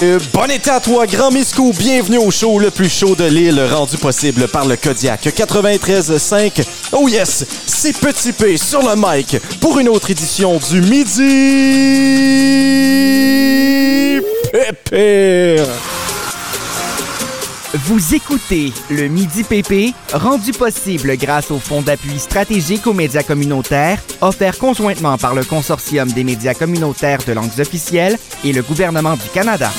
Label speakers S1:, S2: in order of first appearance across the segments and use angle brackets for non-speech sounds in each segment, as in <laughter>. S1: Euh, bon été à toi, Grand Miscou. Bienvenue au show le plus chaud de l'île, rendu possible par le Kodiak 93.5. Oh yes, c'est Petit P sur le mic pour une autre édition du Midi Pépère.
S2: Vous écoutez le Midi PP, rendu possible grâce au Fonds d'appui stratégique aux médias communautaires, offert conjointement par le Consortium des médias communautaires de langues officielles et le gouvernement du Canada.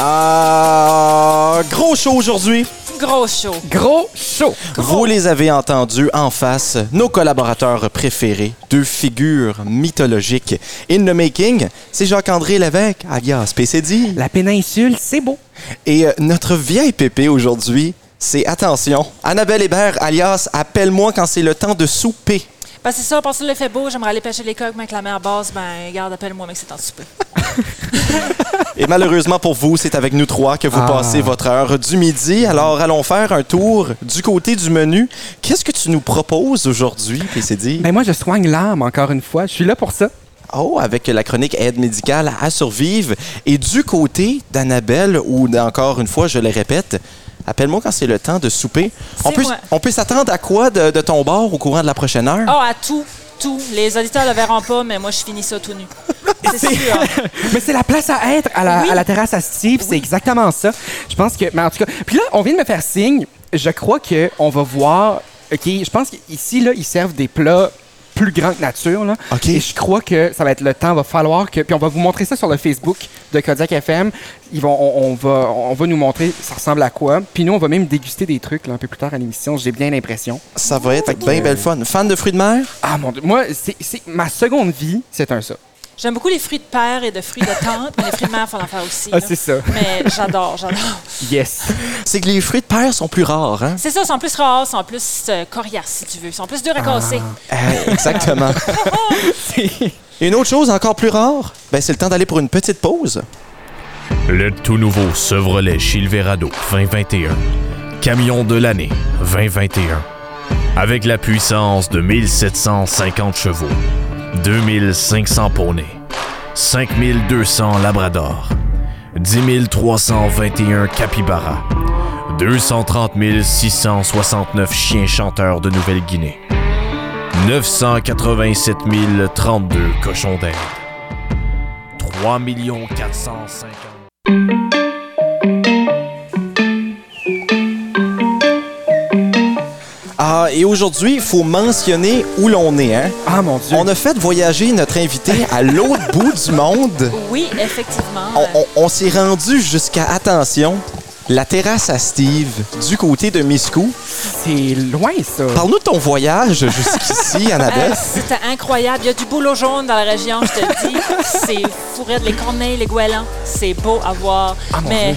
S1: Ah, gros show aujourd'hui.
S3: Gros show.
S2: Gros show!
S1: Vous les avez entendus en face, nos collaborateurs préférés, deux figures mythologiques. In the making, c'est Jacques-André Lévesque, alias PCD.
S2: La péninsule, c'est beau.
S1: Et euh, notre vieille pépé aujourd'hui, c'est, attention, Annabelle Hébert, alias Appelle-moi quand c'est le temps de souper.
S3: Ben, c'est ça, parce que là, il fait beau, j'aimerais aller pêcher les coques, mais avec la mer basse, ben, regarde, appelle-moi, mec, c'est temps de souper.
S1: Et malheureusement pour vous, c'est avec nous trois que vous
S2: Ah.
S1: passez votre heure du midi. Alors, allons faire un tour du côté du menu. Qu'est-ce que tu nous proposes aujourd'hui, PCD?
S2: Ben moi, je soigne l'âme, encore une fois. Je suis là pour ça.
S1: Oh, avec la chronique aide médicale à survivre. Et du côté d'Annabelle, où encore une fois, je le répète, appelle-moi quand c'est le temps de souper. On
S3: C'est
S1: peut,
S3: moi.
S1: on peut s'attendre à quoi de, de ton bord au courant de la prochaine heure?
S3: Oh, à tout, tout. Les auditeurs le verront pas, mais moi, je finis ça tout nu. C'est sûr. hein.
S2: Mais c'est la place à être à la,
S3: Oui.
S2: à la terrasse à Steve, c'est exactement ça. Je pense que, mais en tout cas, puis là, on vient de me faire signe. Je crois que on va voir. Ok, je pense qu'ici là, ils servent des plats plus grands que nature là.
S1: OK.
S2: Et je crois que ça va être le temps, va falloir que, puis on va vous montrer ça sur le Facebook de Kodiak FM. Ils vont, on, on va, on va nous montrer ça ressemble à quoi. Puis nous, on va même déguster des trucs là, un peu plus tard à l'émission. J'ai bien l'impression.
S1: Ça va être bien belle fun. Fan de fruits de mer?
S2: Ah mon dieu, moi, c'est c'est- ma seconde vie, c'est un ça.
S3: J'aime beaucoup les fruits de terre et de fruits de tente, mais les fruits de mer, il faut en faire aussi.
S2: Ah
S3: là.
S2: c'est ça.
S3: mais j'adore, j'adore.
S2: Yes.
S1: C'est que les fruits de paire sont plus rares, hein?
S3: C'est ça, ils sont plus rares, ils sont plus euh, coriaces, si tu veux. Ils sont plus durs à casser.
S1: Euh, <laughs> exactement. Et Une autre chose encore plus rare, ben, c'est le temps d'aller pour une petite pause.
S4: Le tout nouveau Chevrolet Silverado 2021. Camion de l'année 2021. Avec la puissance de 1750 chevaux, 2500 poneys, 5200 labrador, 10 321 capybaras, 230 669 chiens chanteurs de Nouvelle-Guinée, 987 032 cochons d'Inde, 3 450
S1: Ah, et aujourd'hui, il faut mentionner où l'on est, hein?
S2: Ah mon dieu.
S1: On a fait voyager notre invité à <laughs> l'autre bout du monde.
S3: Oui, effectivement. euh,
S1: On, on- on s'est rendu jusqu'à, attention, la terrasse à Steve, du côté de Miscou.
S2: C'est loin, ça.
S1: Parle-nous de ton voyage jusqu'ici, Annabelle.
S3: Euh, C'était incroyable. Il y a du boulot jaune dans la région, je te le dis. C'est fourré de les corneilles, les goélands. C'est beau à voir.
S2: Ah, mon
S3: Mais
S2: Dieu.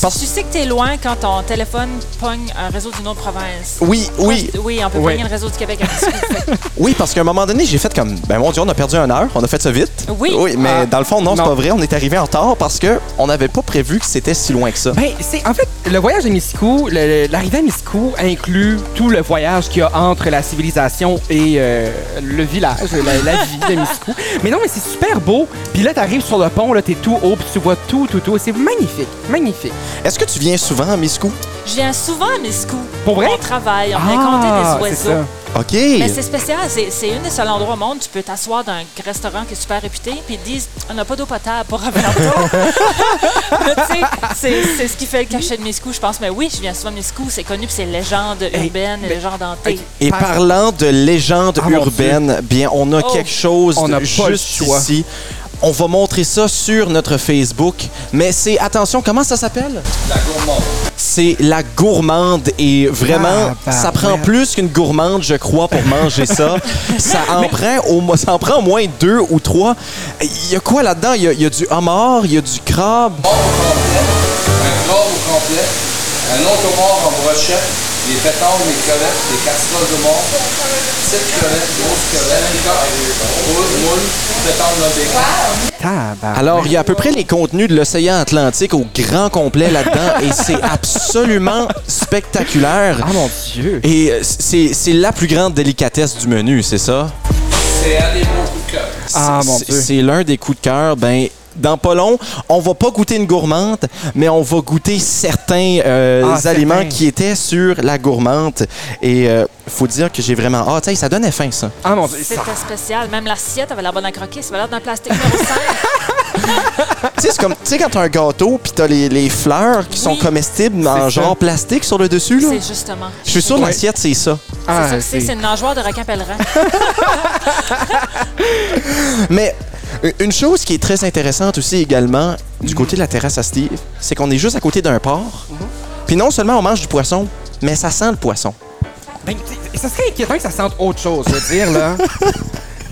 S1: Parce-
S3: tu sais que t'es loin quand ton téléphone pogne un réseau d'une autre province.
S1: <laughs> Oui, oui,
S3: Oui, on peut
S2: Oui.
S3: pogner le réseau du Québec. avec ça.
S1: oui, parce qu'à un moment donné, j'ai fait comme, ben mon Dieu, on a perdu une heure, on a fait ça vite.
S3: Oui.
S1: Oui, mais
S2: Ah.
S1: dans le fond, non, c'est
S2: Non.
S1: pas vrai, on est arrivé en retard parce que on n'avait pas prévu que c'était si loin que ça.
S2: Ben, c'est en fait le voyage à Miscou, le- le- l'arrivée à Miscou inclut tout le voyage qu'il y a entre la civilisation et euh, le village, la, la vie de Miscou. Mais non, mais c'est super beau. Puis là, t'arrives sur le pont, là, t'es tout haut, puis tu vois tout, tout, tout. C'est magnifique, magnifique.
S1: Est-ce que tu viens souvent à Miscou?
S3: Je viens souvent à Miscou.
S2: Pour vrai?
S3: On travaille, on vient
S2: Ah,
S3: compter des
S2: c'est
S3: oiseaux.
S2: ça.
S1: OK.
S3: Mais
S2: Ben,
S3: c'est spécial, c'est c'est une des seuls endroits au monde où tu peux t'asseoir dans un restaurant qui est super réputé, puis ils disent on n'a pas d'eau potable pour revenir
S2: <laughs>
S3: tu sais, c'est- c'est ce qui fait le cachet de Miscou, je pense. Mais oui, je viens souvent de Miscou, c'est connu, puis c'est légende
S2: Hey,
S3: urbaine,
S2: mais-
S3: légende hantée.
S1: Et
S2: Par-
S1: parlant de légende
S2: Ah, mon
S1: urbaine, bien, on a
S3: Oh.
S1: quelque chose
S2: On n'a
S1: de
S2: pas le
S1: juste
S2: choix.
S1: ici. On va montrer ça sur notre Facebook. Mais c'est, attention, comment ça s'appelle? La gourmande. C'est la gourmande et vraiment,
S2: Ah, bah,
S1: ça prend
S2: ouais.
S1: plus qu'une gourmande, je crois, pour manger ça. ça, en prend au, mo- ça en prend au moins deux ou trois. Il y a quoi là-dedans? Il y a- il y, a du homard, il y a du crabe.
S5: un corps au complet, un autre mort en brochette, des pétards, des crevettes, des casseroles de mort, petites crevettes, grosses crevettes, picottes, moules, moules, pétards de bacon.
S2: Tabarnak.
S1: Alors, il y a à peu près les contenus de l'océan Atlantique au grand complet là-dedans et c'est absolument spectaculaire.
S2: Ah mon Dieu.
S1: Et euh, c'est c'est la plus grande délicatesse du menu, c'est ça?
S5: C'est un des bons coups de cœur.
S2: Ah
S1: C'est-
S2: mon
S1: c'est-
S2: Dieu.
S1: C'est l'un des coups de cœur. Ben, dans pas long, on va pas goûter une gourmande, mais on va goûter certains euh,
S2: Ah,
S1: aliments
S2: certains.
S1: qui étaient sur la gourmande. Et euh, faut dire que j'ai vraiment. Ah, tu sais, ça donnait faim, ça.
S2: Ah mon dieu, ça-
S3: C'était spécial. Même l'assiette avait l'air bonne à croquer. Ça avait l'air d'un plastique numéro 5.
S1: tu sais, c'est comme. Tu sais, quand t'as un gâteau, puis t'as les, les fleurs qui sont
S3: Oui.
S1: comestibles
S2: C'est
S1: en
S2: ça.
S1: genre plastique sur le dessus, là.
S3: C'est justement.
S1: Je suis sûr que
S2: Ouais.
S1: l'assiette, c'est ça.
S2: Ah,
S3: c'est ça que c'est.
S2: c'est-
S3: C'est une nageoire de requin pèlerin.
S1: Mais euh, une chose qui est très intéressante aussi également du côté de la terrasse à Steve, c'est qu'on est juste à côté d'un port.
S2: Mhm.
S1: Puis non seulement on mange du poisson, mais ça sent le poisson.
S2: Ben, t'sais, ça serait inquiétant que ça sente autre chose, je veux dire, là. <laughs>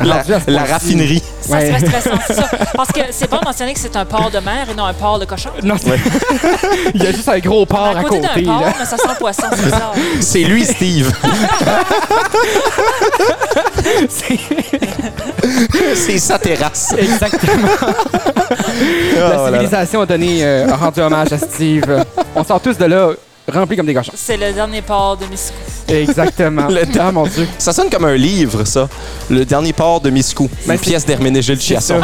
S2: Rendu à ce point-ci. <laughs>
S3: Ça
S2: Ouais.
S3: serait stressant, c'est ça. Parce que c'est pas mentionné que c'est un porc de mer et non un porc de cochon.
S2: Non, c'est- <laughs> Il y a juste un gros porc à
S3: à côté
S2: côté,
S3: d'un porc,
S2: là.
S3: mais ça sent le poisson, c'est
S2: <laughs>
S3: bizarre.
S1: C'est lui, Steve.
S2: C'est-
S1: c'est sa terrasse. Oh
S2: Exactement. La civilisation a donné, euh, a rendu hommage à Steve. On sort tous de là remplis comme des cochons.
S3: C'est le dernier porc de Missou.
S2: <laughs> Exactement.
S1: Le
S2: Ah, mon Dieu.
S1: Ça sonne comme un livre, ça. Le dernier port de Miscou.
S2: Ben,
S1: Une
S2: c'est-
S1: pièce d'Herménégilde Chiasson.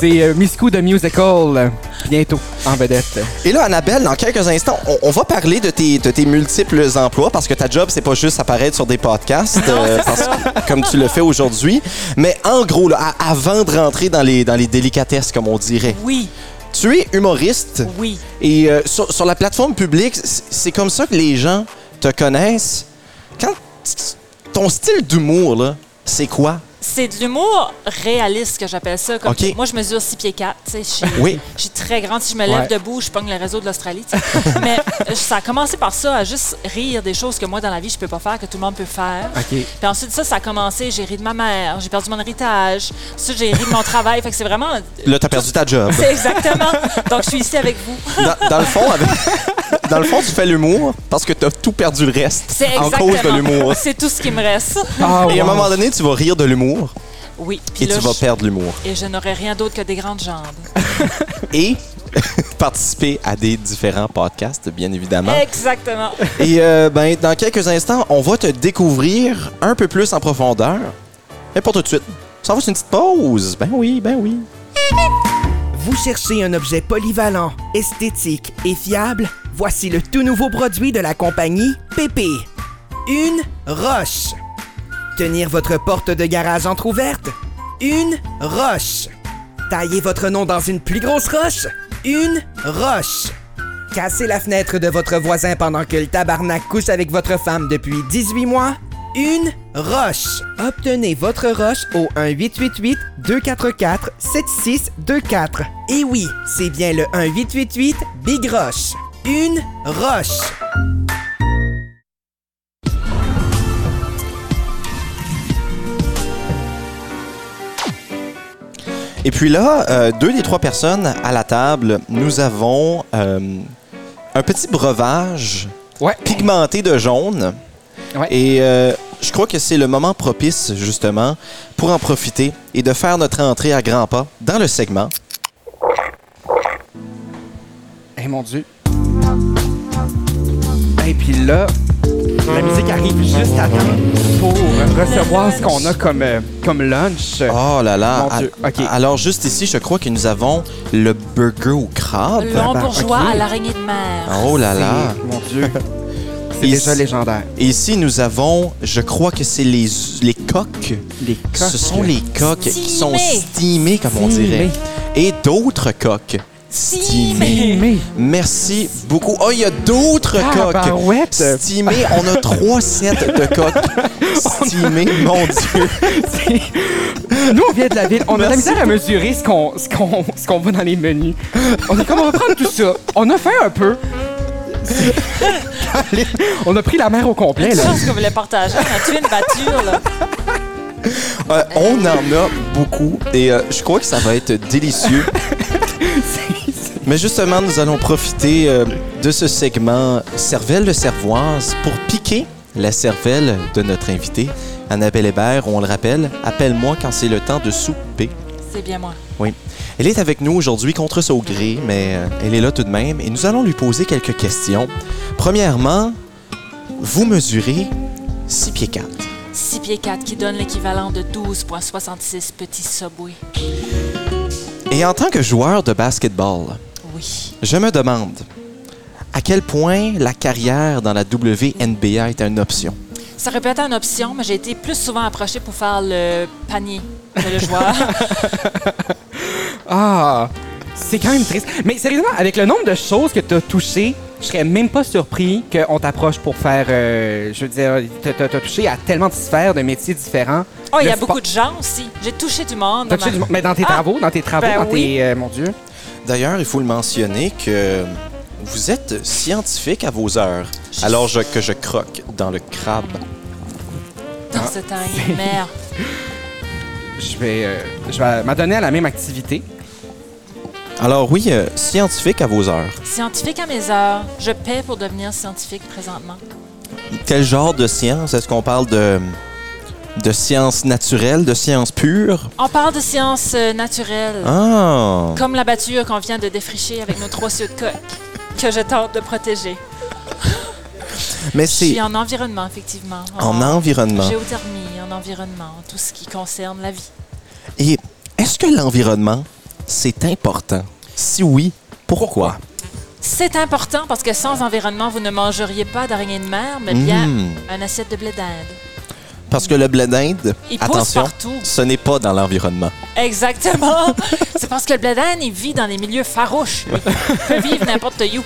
S2: C'est euh, Miss Coo de Musical, euh, bientôt en vedette.
S1: Et là, Annabelle, dans quelques instants, on, on va parler de tes, de tes multiples emplois parce que ta job, c'est pas juste apparaître sur des podcasts, euh, parce que- comme tu le fais aujourd'hui. Mais en gros, là, à- avant de rentrer dans les, dans les délicatesses, comme on dirait,
S3: Oui,
S1: tu es humoriste
S3: oui.
S1: et euh, sur, sur la plateforme publique, c- c'est comme ça que les gens te connaissent. Quand ton style d'humour, là, c'est quoi?
S3: C'est de l'humour réaliste que j'appelle ça. Comme
S1: OK.
S3: Moi, je mesure 6 pieds 4. tu sais, Je suis
S1: Oui.
S3: je suis très grande. Si je me lève
S2: Ouais.
S3: debout, je pogne le réseau de l'Australie. tu sais.
S1: <laughs>
S3: Mais euh, ça a commencé par ça, à juste rire des choses que moi, dans la vie, je peux pas faire, que tout le monde peut faire.
S2: OK.
S3: Puis ensuite, ça, ça a commencé. J'ai ri de ma mère, j'ai perdu mon héritage. Ensuite, j'ai ri de mon travail. Fait que c'est vraiment.
S1: Là, t'as perdu ta job.
S3: C'est exactement. Donc, je suis ici avec vous.
S1: Dans, dans le fond, avec- <laughs> dans le fond, tu fais l'humour parce que t'as tout perdu le reste
S3: C'est
S1: en
S3: exactement.
S1: cause de l'humour.
S3: C'est tout ce qui me reste.
S2: Ah,
S1: Et à un
S2: wow.
S1: moment donné, tu vas rire de l'humour
S3: Oui. Puis
S1: et
S3: là,
S1: tu vas
S3: je-
S1: perdre l'humour.
S3: Et je n'aurai rien d'autre que des grandes jambes.
S1: Et <laughs> participer à des différents podcasts, bien évidemment.
S3: Exactement.
S1: Et euh, ben, dans quelques instants, on va te découvrir un peu plus en profondeur. Mais pas tout de suite. Ça va, c'est une petite pause. Ben oui, ben oui.
S6: Vous cherchez un objet polyvalent, esthétique et fiable? Voici le tout nouveau produit de la compagnie PP. Une roche. Tenir votre porte de garage entr'ouverte? Une roche. Tailler votre nom dans une plus grosse roche? Une roche. Casser la fenêtre de votre voisin pendant que le tabarnak couche avec votre femme depuis 18 mois? Une roche. Obtenez votre roche au 1-888-244-7624. Et oui, c'est bien le 1-888-Big Roche. Une roche.
S1: Et puis là, euh, deux des trois personnes à la table, nous avons euh, un petit breuvage
S2: Ouais.
S1: pigmenté de jaune.
S2: Ouais.
S1: Et euh, je crois que c'est le moment propice, justement, pour en profiter et de faire notre entrée à grands pas dans le segment.
S2: Eh mon Dieu. Et puis là, la musique arrive juste à temps pour recevoir ce qu'on a comme, euh, comme lunch.
S1: Oh là là!
S2: Euh, Mon Dieu,
S1: A-
S2: ok.
S1: Alors, juste ici, je crois que nous avons le burger au crabe.
S3: Long bourgeois
S2: Oh, ok. Ah,
S3: à l'araignée de mer.
S1: Oh là
S2: C'est-
S1: là!
S2: Mon
S1: <laughs>
S2: Dieu. C'est
S1: Ici-
S2: déjà légendaire.
S1: Et ici, nous avons, je crois que c'est les, les coques.
S2: Les
S1: Ce sont
S2: coques.
S1: les coques qui sont
S3: Stimées.
S1: stimées, comme on dirait.
S2: Stimées.
S1: Et d'autres coques stimées.
S2: Mais
S1: Merci beaucoup. Oh, il y a d'autres coques
S2: Tabarouette.
S1: stimées. On a trois sets de coques stimées. Mon Dieu.
S2: <laughs> nous, on vient de la ville. On a de la
S1: Merci.
S2: misère à mesurer ce qu'on ce qu'on ce qu'on voit dans les menus. On est comme, on va prendre tout ça. On a faim
S1: <laughs>
S2: un peu. Allez, on a pris la mer au complet,
S3: C'est
S2: là.
S3: ce que vous voulez partager. On a tué une batture, là.
S1: Euh, on en a beaucoup et euh, je crois que ça va être délicieux. Mais justement, nous allons profiter euh, de ce segment Cervelle de Cervoise pour piquer la cervelle de notre invité, Annabelle Hébert. On le rappelle, appelle-moi quand c'est le temps de souper.
S3: C'est bien moi.
S1: Oui. Elle est avec nous aujourd'hui contre son gré, mais euh, elle est là tout de même et nous allons lui poser quelques questions. Premièrement, vous mesurez 6 pieds 4.
S3: 6 pieds 4 qui donne l'équivalent de 12,66 petits subways.
S1: Et en tant que joueur de basketball,
S3: Oui.
S1: je me demande à quel point la carrière dans la WNBA est une option.
S3: Ça aurait pu être une option, mais j'ai été plus souvent approchée pour faire le panier que
S2: <laughs>
S3: le joueur.
S2: Ah, c'est quand même triste. Mais sérieusement, avec le nombre de choses que tu as touchées, je serais même pas surpris qu'on t'approche pour faire. euh, je veux dire, t'as as, touché à tellement de sphères, de métiers différents.
S3: Oh, il y
S2: Le
S3: a
S2: sport-
S3: beaucoup de gens aussi. J'ai touché du monde.
S2: T'as touché du- Mais dans tes
S3: Ah,
S2: travaux, dans tes travaux,
S3: ben
S2: dans
S3: oui.
S2: tes. euh, mon Dieu.
S1: D'ailleurs, il faut le mentionner que vous êtes scientifique à vos heures, alors je- que je croque dans le crabe.
S2: Ah.
S3: Dans ce temps, merde.
S2: Je vais, euh, je vais m'adonner à la même activité.
S1: Alors oui, euh, scientifique à vos heures.
S3: Scientifique à mes heures, je paie pour devenir scientifique présentement.
S1: Quel genre de science? Est-ce qu'on parle de, de science naturelle, de science pure?
S3: On parle de sciences euh, naturelles,
S1: Ah!
S3: comme la batture qu'on vient de défricher avec nos trois cieux de coque, que je tente de protéger.
S1: Mais
S3: Je suis
S1: c'est
S3: en environnement, effectivement.
S1: en environnement.
S3: Géothermie, en environnement, tout ce qui concerne la vie.
S1: Et est-ce que l'environnement, c'est important? Si oui, pourquoi?
S3: C'est important parce que sans environnement, vous ne mangeriez pas d'araignée de mer, mais bien
S1: Mhm.
S3: un assiette de blé d'Inde.
S1: Parce que le blé d'Inde,
S3: Il pousse
S1: attention,
S3: partout.
S1: ce n'est pas dans l'environnement.
S3: Exactement. <laughs> C'est parce que le blé d'Inde, il vit dans les milieux farouches. lui. Il peut vivre n'importe où.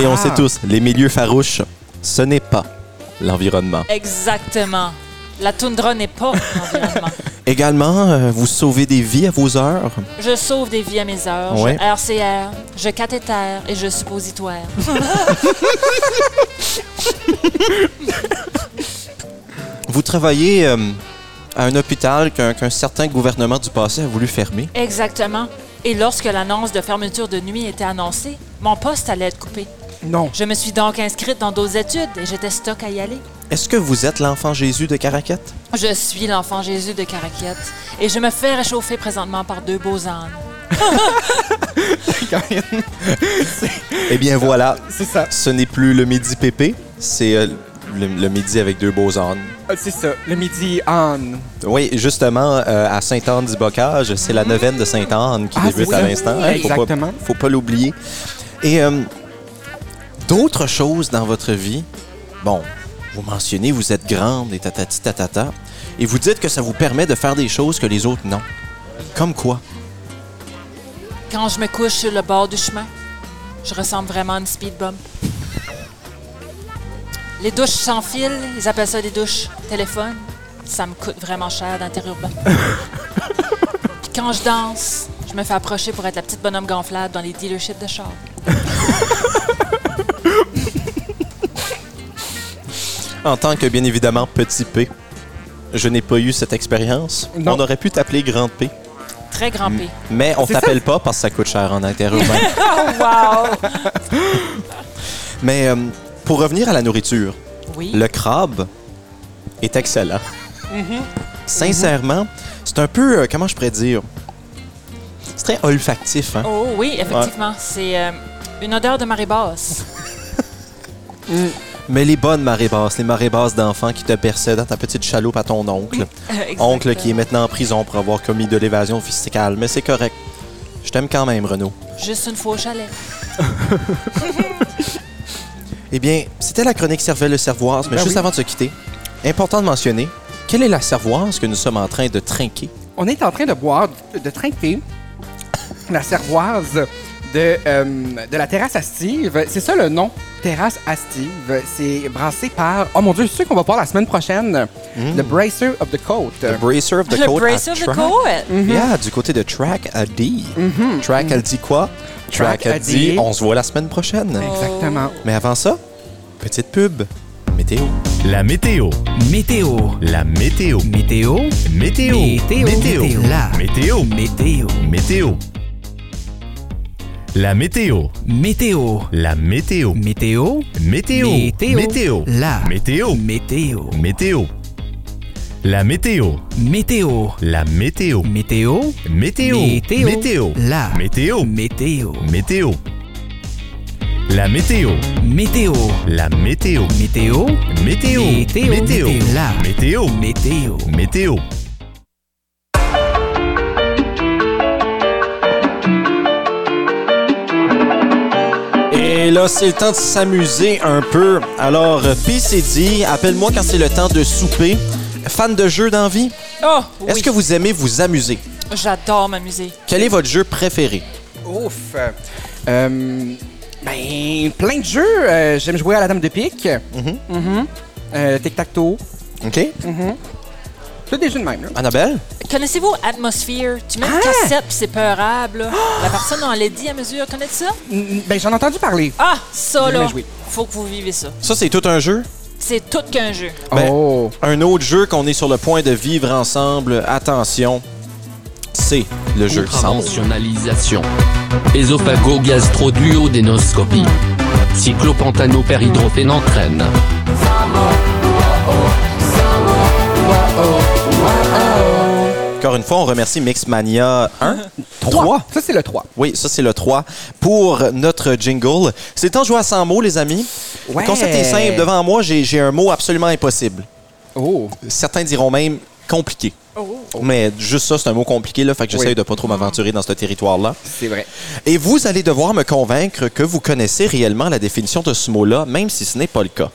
S1: Et on
S2: Ah.
S1: sait tous, les milieux farouches, ce n'est pas l'environnement.
S3: Exactement. La toundra n'est pas l'environnement.
S1: Également, euh, vous sauvez des vies à vos heures.
S3: Je sauve des vies à mes heures.
S1: Ouais.
S3: Je RCR, je cathéter et je suppositoire.
S1: Vous travaillez euh, à un hôpital qu'un qu'un certain gouvernement du passé a voulu fermer.
S3: Exactement. Et lorsque l'annonce de fermeture de nuit était annoncée, mon poste allait être coupé.
S2: Non.
S3: Je me suis donc inscrite dans d'autres études et j'étais stock à y aller.
S1: Est-ce que vous êtes l'enfant Jésus de Caraquette?
S3: Je suis l'enfant Jésus de Caraquette et je me fais réchauffer présentement par deux beaux ânes.
S1: Eh bien voilà,
S2: C'est ça.
S1: ce n'est plus le midi pépé, c'est euh, le, le midi avec deux beaux ânes.
S2: Euh, C'est ça. Le midi, Anne.
S1: Oui, justement, euh, à Sainte-Anne-du-Bocage, c'est la neuvaine de Sainte-Anne qui
S2: Mhm. Ah,
S1: débute
S2: c'est
S1: à
S2: ça.
S1: l'instant. hein,
S2: Oui,
S1: faut pas-
S2: exactement.
S1: faut pas l'oublier. Et euh, d'autres choses dans votre vie, bon, vous mentionnez, vous êtes grande et tatati tatata, et vous dites que ça vous permet de faire des choses que les autres non. Comme quoi?
S3: Quand je me couche sur le bord du chemin, je ressemble vraiment à une speed bump. Les douches sans fil, ils appellent ça des douches téléphone. Ça me coûte vraiment cher d'interurbain. Puis quand je danse, je me fais approcher pour être la petite bonhomme gonflable dans les dealerships de chars.
S1: En tant que, bien évidemment, petit P, je n'ai pas eu cette expérience.
S2: Non.
S1: On aurait pu t'appeler grand P,
S3: Très grand P.
S1: mais on
S2: C'est ça.
S1: t'appelle pas parce que ça coûte cher en
S2: <laughs>
S1: interurbain.
S3: Wow!
S1: mais euh, pour revenir à la nourriture,
S3: <laughs> Oui.
S1: Le crabe est excellent.
S2: Mhm.
S1: Sincèrement, c'est un peu, euh, comment je pourrais dire, c'est très olfactif. Hein?
S3: Oh oui, effectivement. C'est euh, une odeur de marée basse.
S1: Mais les bonnes marées basses, les marées basses d'enfants qui te perçaient dans ta petite chaloupe à ton
S2: <laughs>
S1: oncle. Oncle qui est maintenant en prison pour avoir commis de l'évasion fiscale. Mais c'est correct. Je t'aime quand même, Renaud.
S3: Juste une fois au chalet.
S1: Eh bien, c'était la chronique Cervelle Cervoise, mais
S2: Ben
S1: juste
S2: oui.
S1: avant de se quitter, important de mentionner, quelle est la cervoise que nous sommes en train de trinquer?
S2: On est en train de boire, de trinquer la cervoise de, euh, de la terrasse Astive. C'est ça le nom, terrasse Astive. C'est brassé par, oh mon Dieu, c'est sûr qu'on va boire la semaine prochaine, The Bracer of Mm. the Coast.
S1: The Bracer of the
S3: Le
S1: Coat
S3: bracer
S1: à
S3: of the
S1: Trac.
S3: Coet.
S1: Yeah, du côté de Track a dit. Track a dit quoi?
S2: Track
S1: Mm-hmm. Track a
S2: a
S1: dit,
S2: dit.
S1: on se voit la semaine prochaine.
S3: Oh.
S2: Exactement.
S1: Mais avant ça, petite pub. Météo.
S4: La météo.
S7: Météo.
S4: La météo.
S7: Météo. Météo.
S4: Météo. Météo.
S7: La
S4: Météo.
S7: Météo.
S4: Météo. La météo.
S7: Météo.
S4: La météo.
S7: Météo.
S4: Météo.
S7: Météo.
S4: Météo.
S7: La
S4: météo.
S7: Météo.
S4: Météo. La météo.
S7: Météo.
S4: La météo.
S7: Météo.
S4: Météo.
S7: Météo.
S4: Météo.
S7: La
S4: Météo.
S7: Météo.
S4: Météo. La météo.
S7: Météo.
S4: La météo.
S7: Météo.
S4: Météo.
S7: Météo.
S4: Météo.
S7: La
S4: Météo.
S7: Météo.
S4: Météo.
S1: là, c'est le temps de s'amuser un peu. Alors, euh, PCD, appelle-moi quand c'est le temps de souper. Fan de jeux d'envie?
S3: Oh, oui.
S1: Est-ce que vous aimez vous amuser?
S3: J'adore m'amuser.
S1: Quel est votre jeu préféré?
S2: Ouf. Euh, ben, plein de jeux. Euh, J'aime jouer à la dame de pique. Mhm. Euh, Tic-tac-toe.
S1: OK.
S2: Tout des jeux de même, là.
S1: Annabelle?
S3: Connaissez-vous Atmosphere? Tu mets une cassette puis c'est peurable. là. La personne en l'a dit à mesure. Connais-tu ça?
S2: Mm, Ben, j'en ai entendu parler.
S3: Ah, ça
S2: J'ai
S3: là.
S2: jamais joué.
S3: Faut que vous vivez ça.
S1: Ça, c'est tout un jeu?
S3: C'est tout qu'un jeu.
S1: Ben-
S2: oh.
S1: Un autre jeu qu'on est sur le point de vivre ensemble, attention, c'est le jeu sans.
S8: Contraventionnalisation. Ésophago-gastro-duodénoscopie. Cyclopantanopéridrophénantraine.
S1: Encore une fois, on remercie Mixmania
S2: <laughs>
S1: 1, 3.
S2: Ça, c'est le 3.
S1: Oui, ça c'est le 3 pour notre jingle. C'est le temps de jouer à 100 mots, les amis.
S2: Ouais.
S1: Le concept est simple. Devant moi, j'ai j'ai un mot absolument impossible.
S2: Oh.
S1: Certains diront même compliqué. Mais juste ça, c'est un mot compliqué, là, fait que j'essaye
S2: Oui.
S1: de pas trop m'aventurer dans ce territoire-là.
S2: C'est vrai.
S1: Et vous allez devoir me convaincre que vous connaissez réellement la définition de ce mot-là, même si ce n'est pas le cas.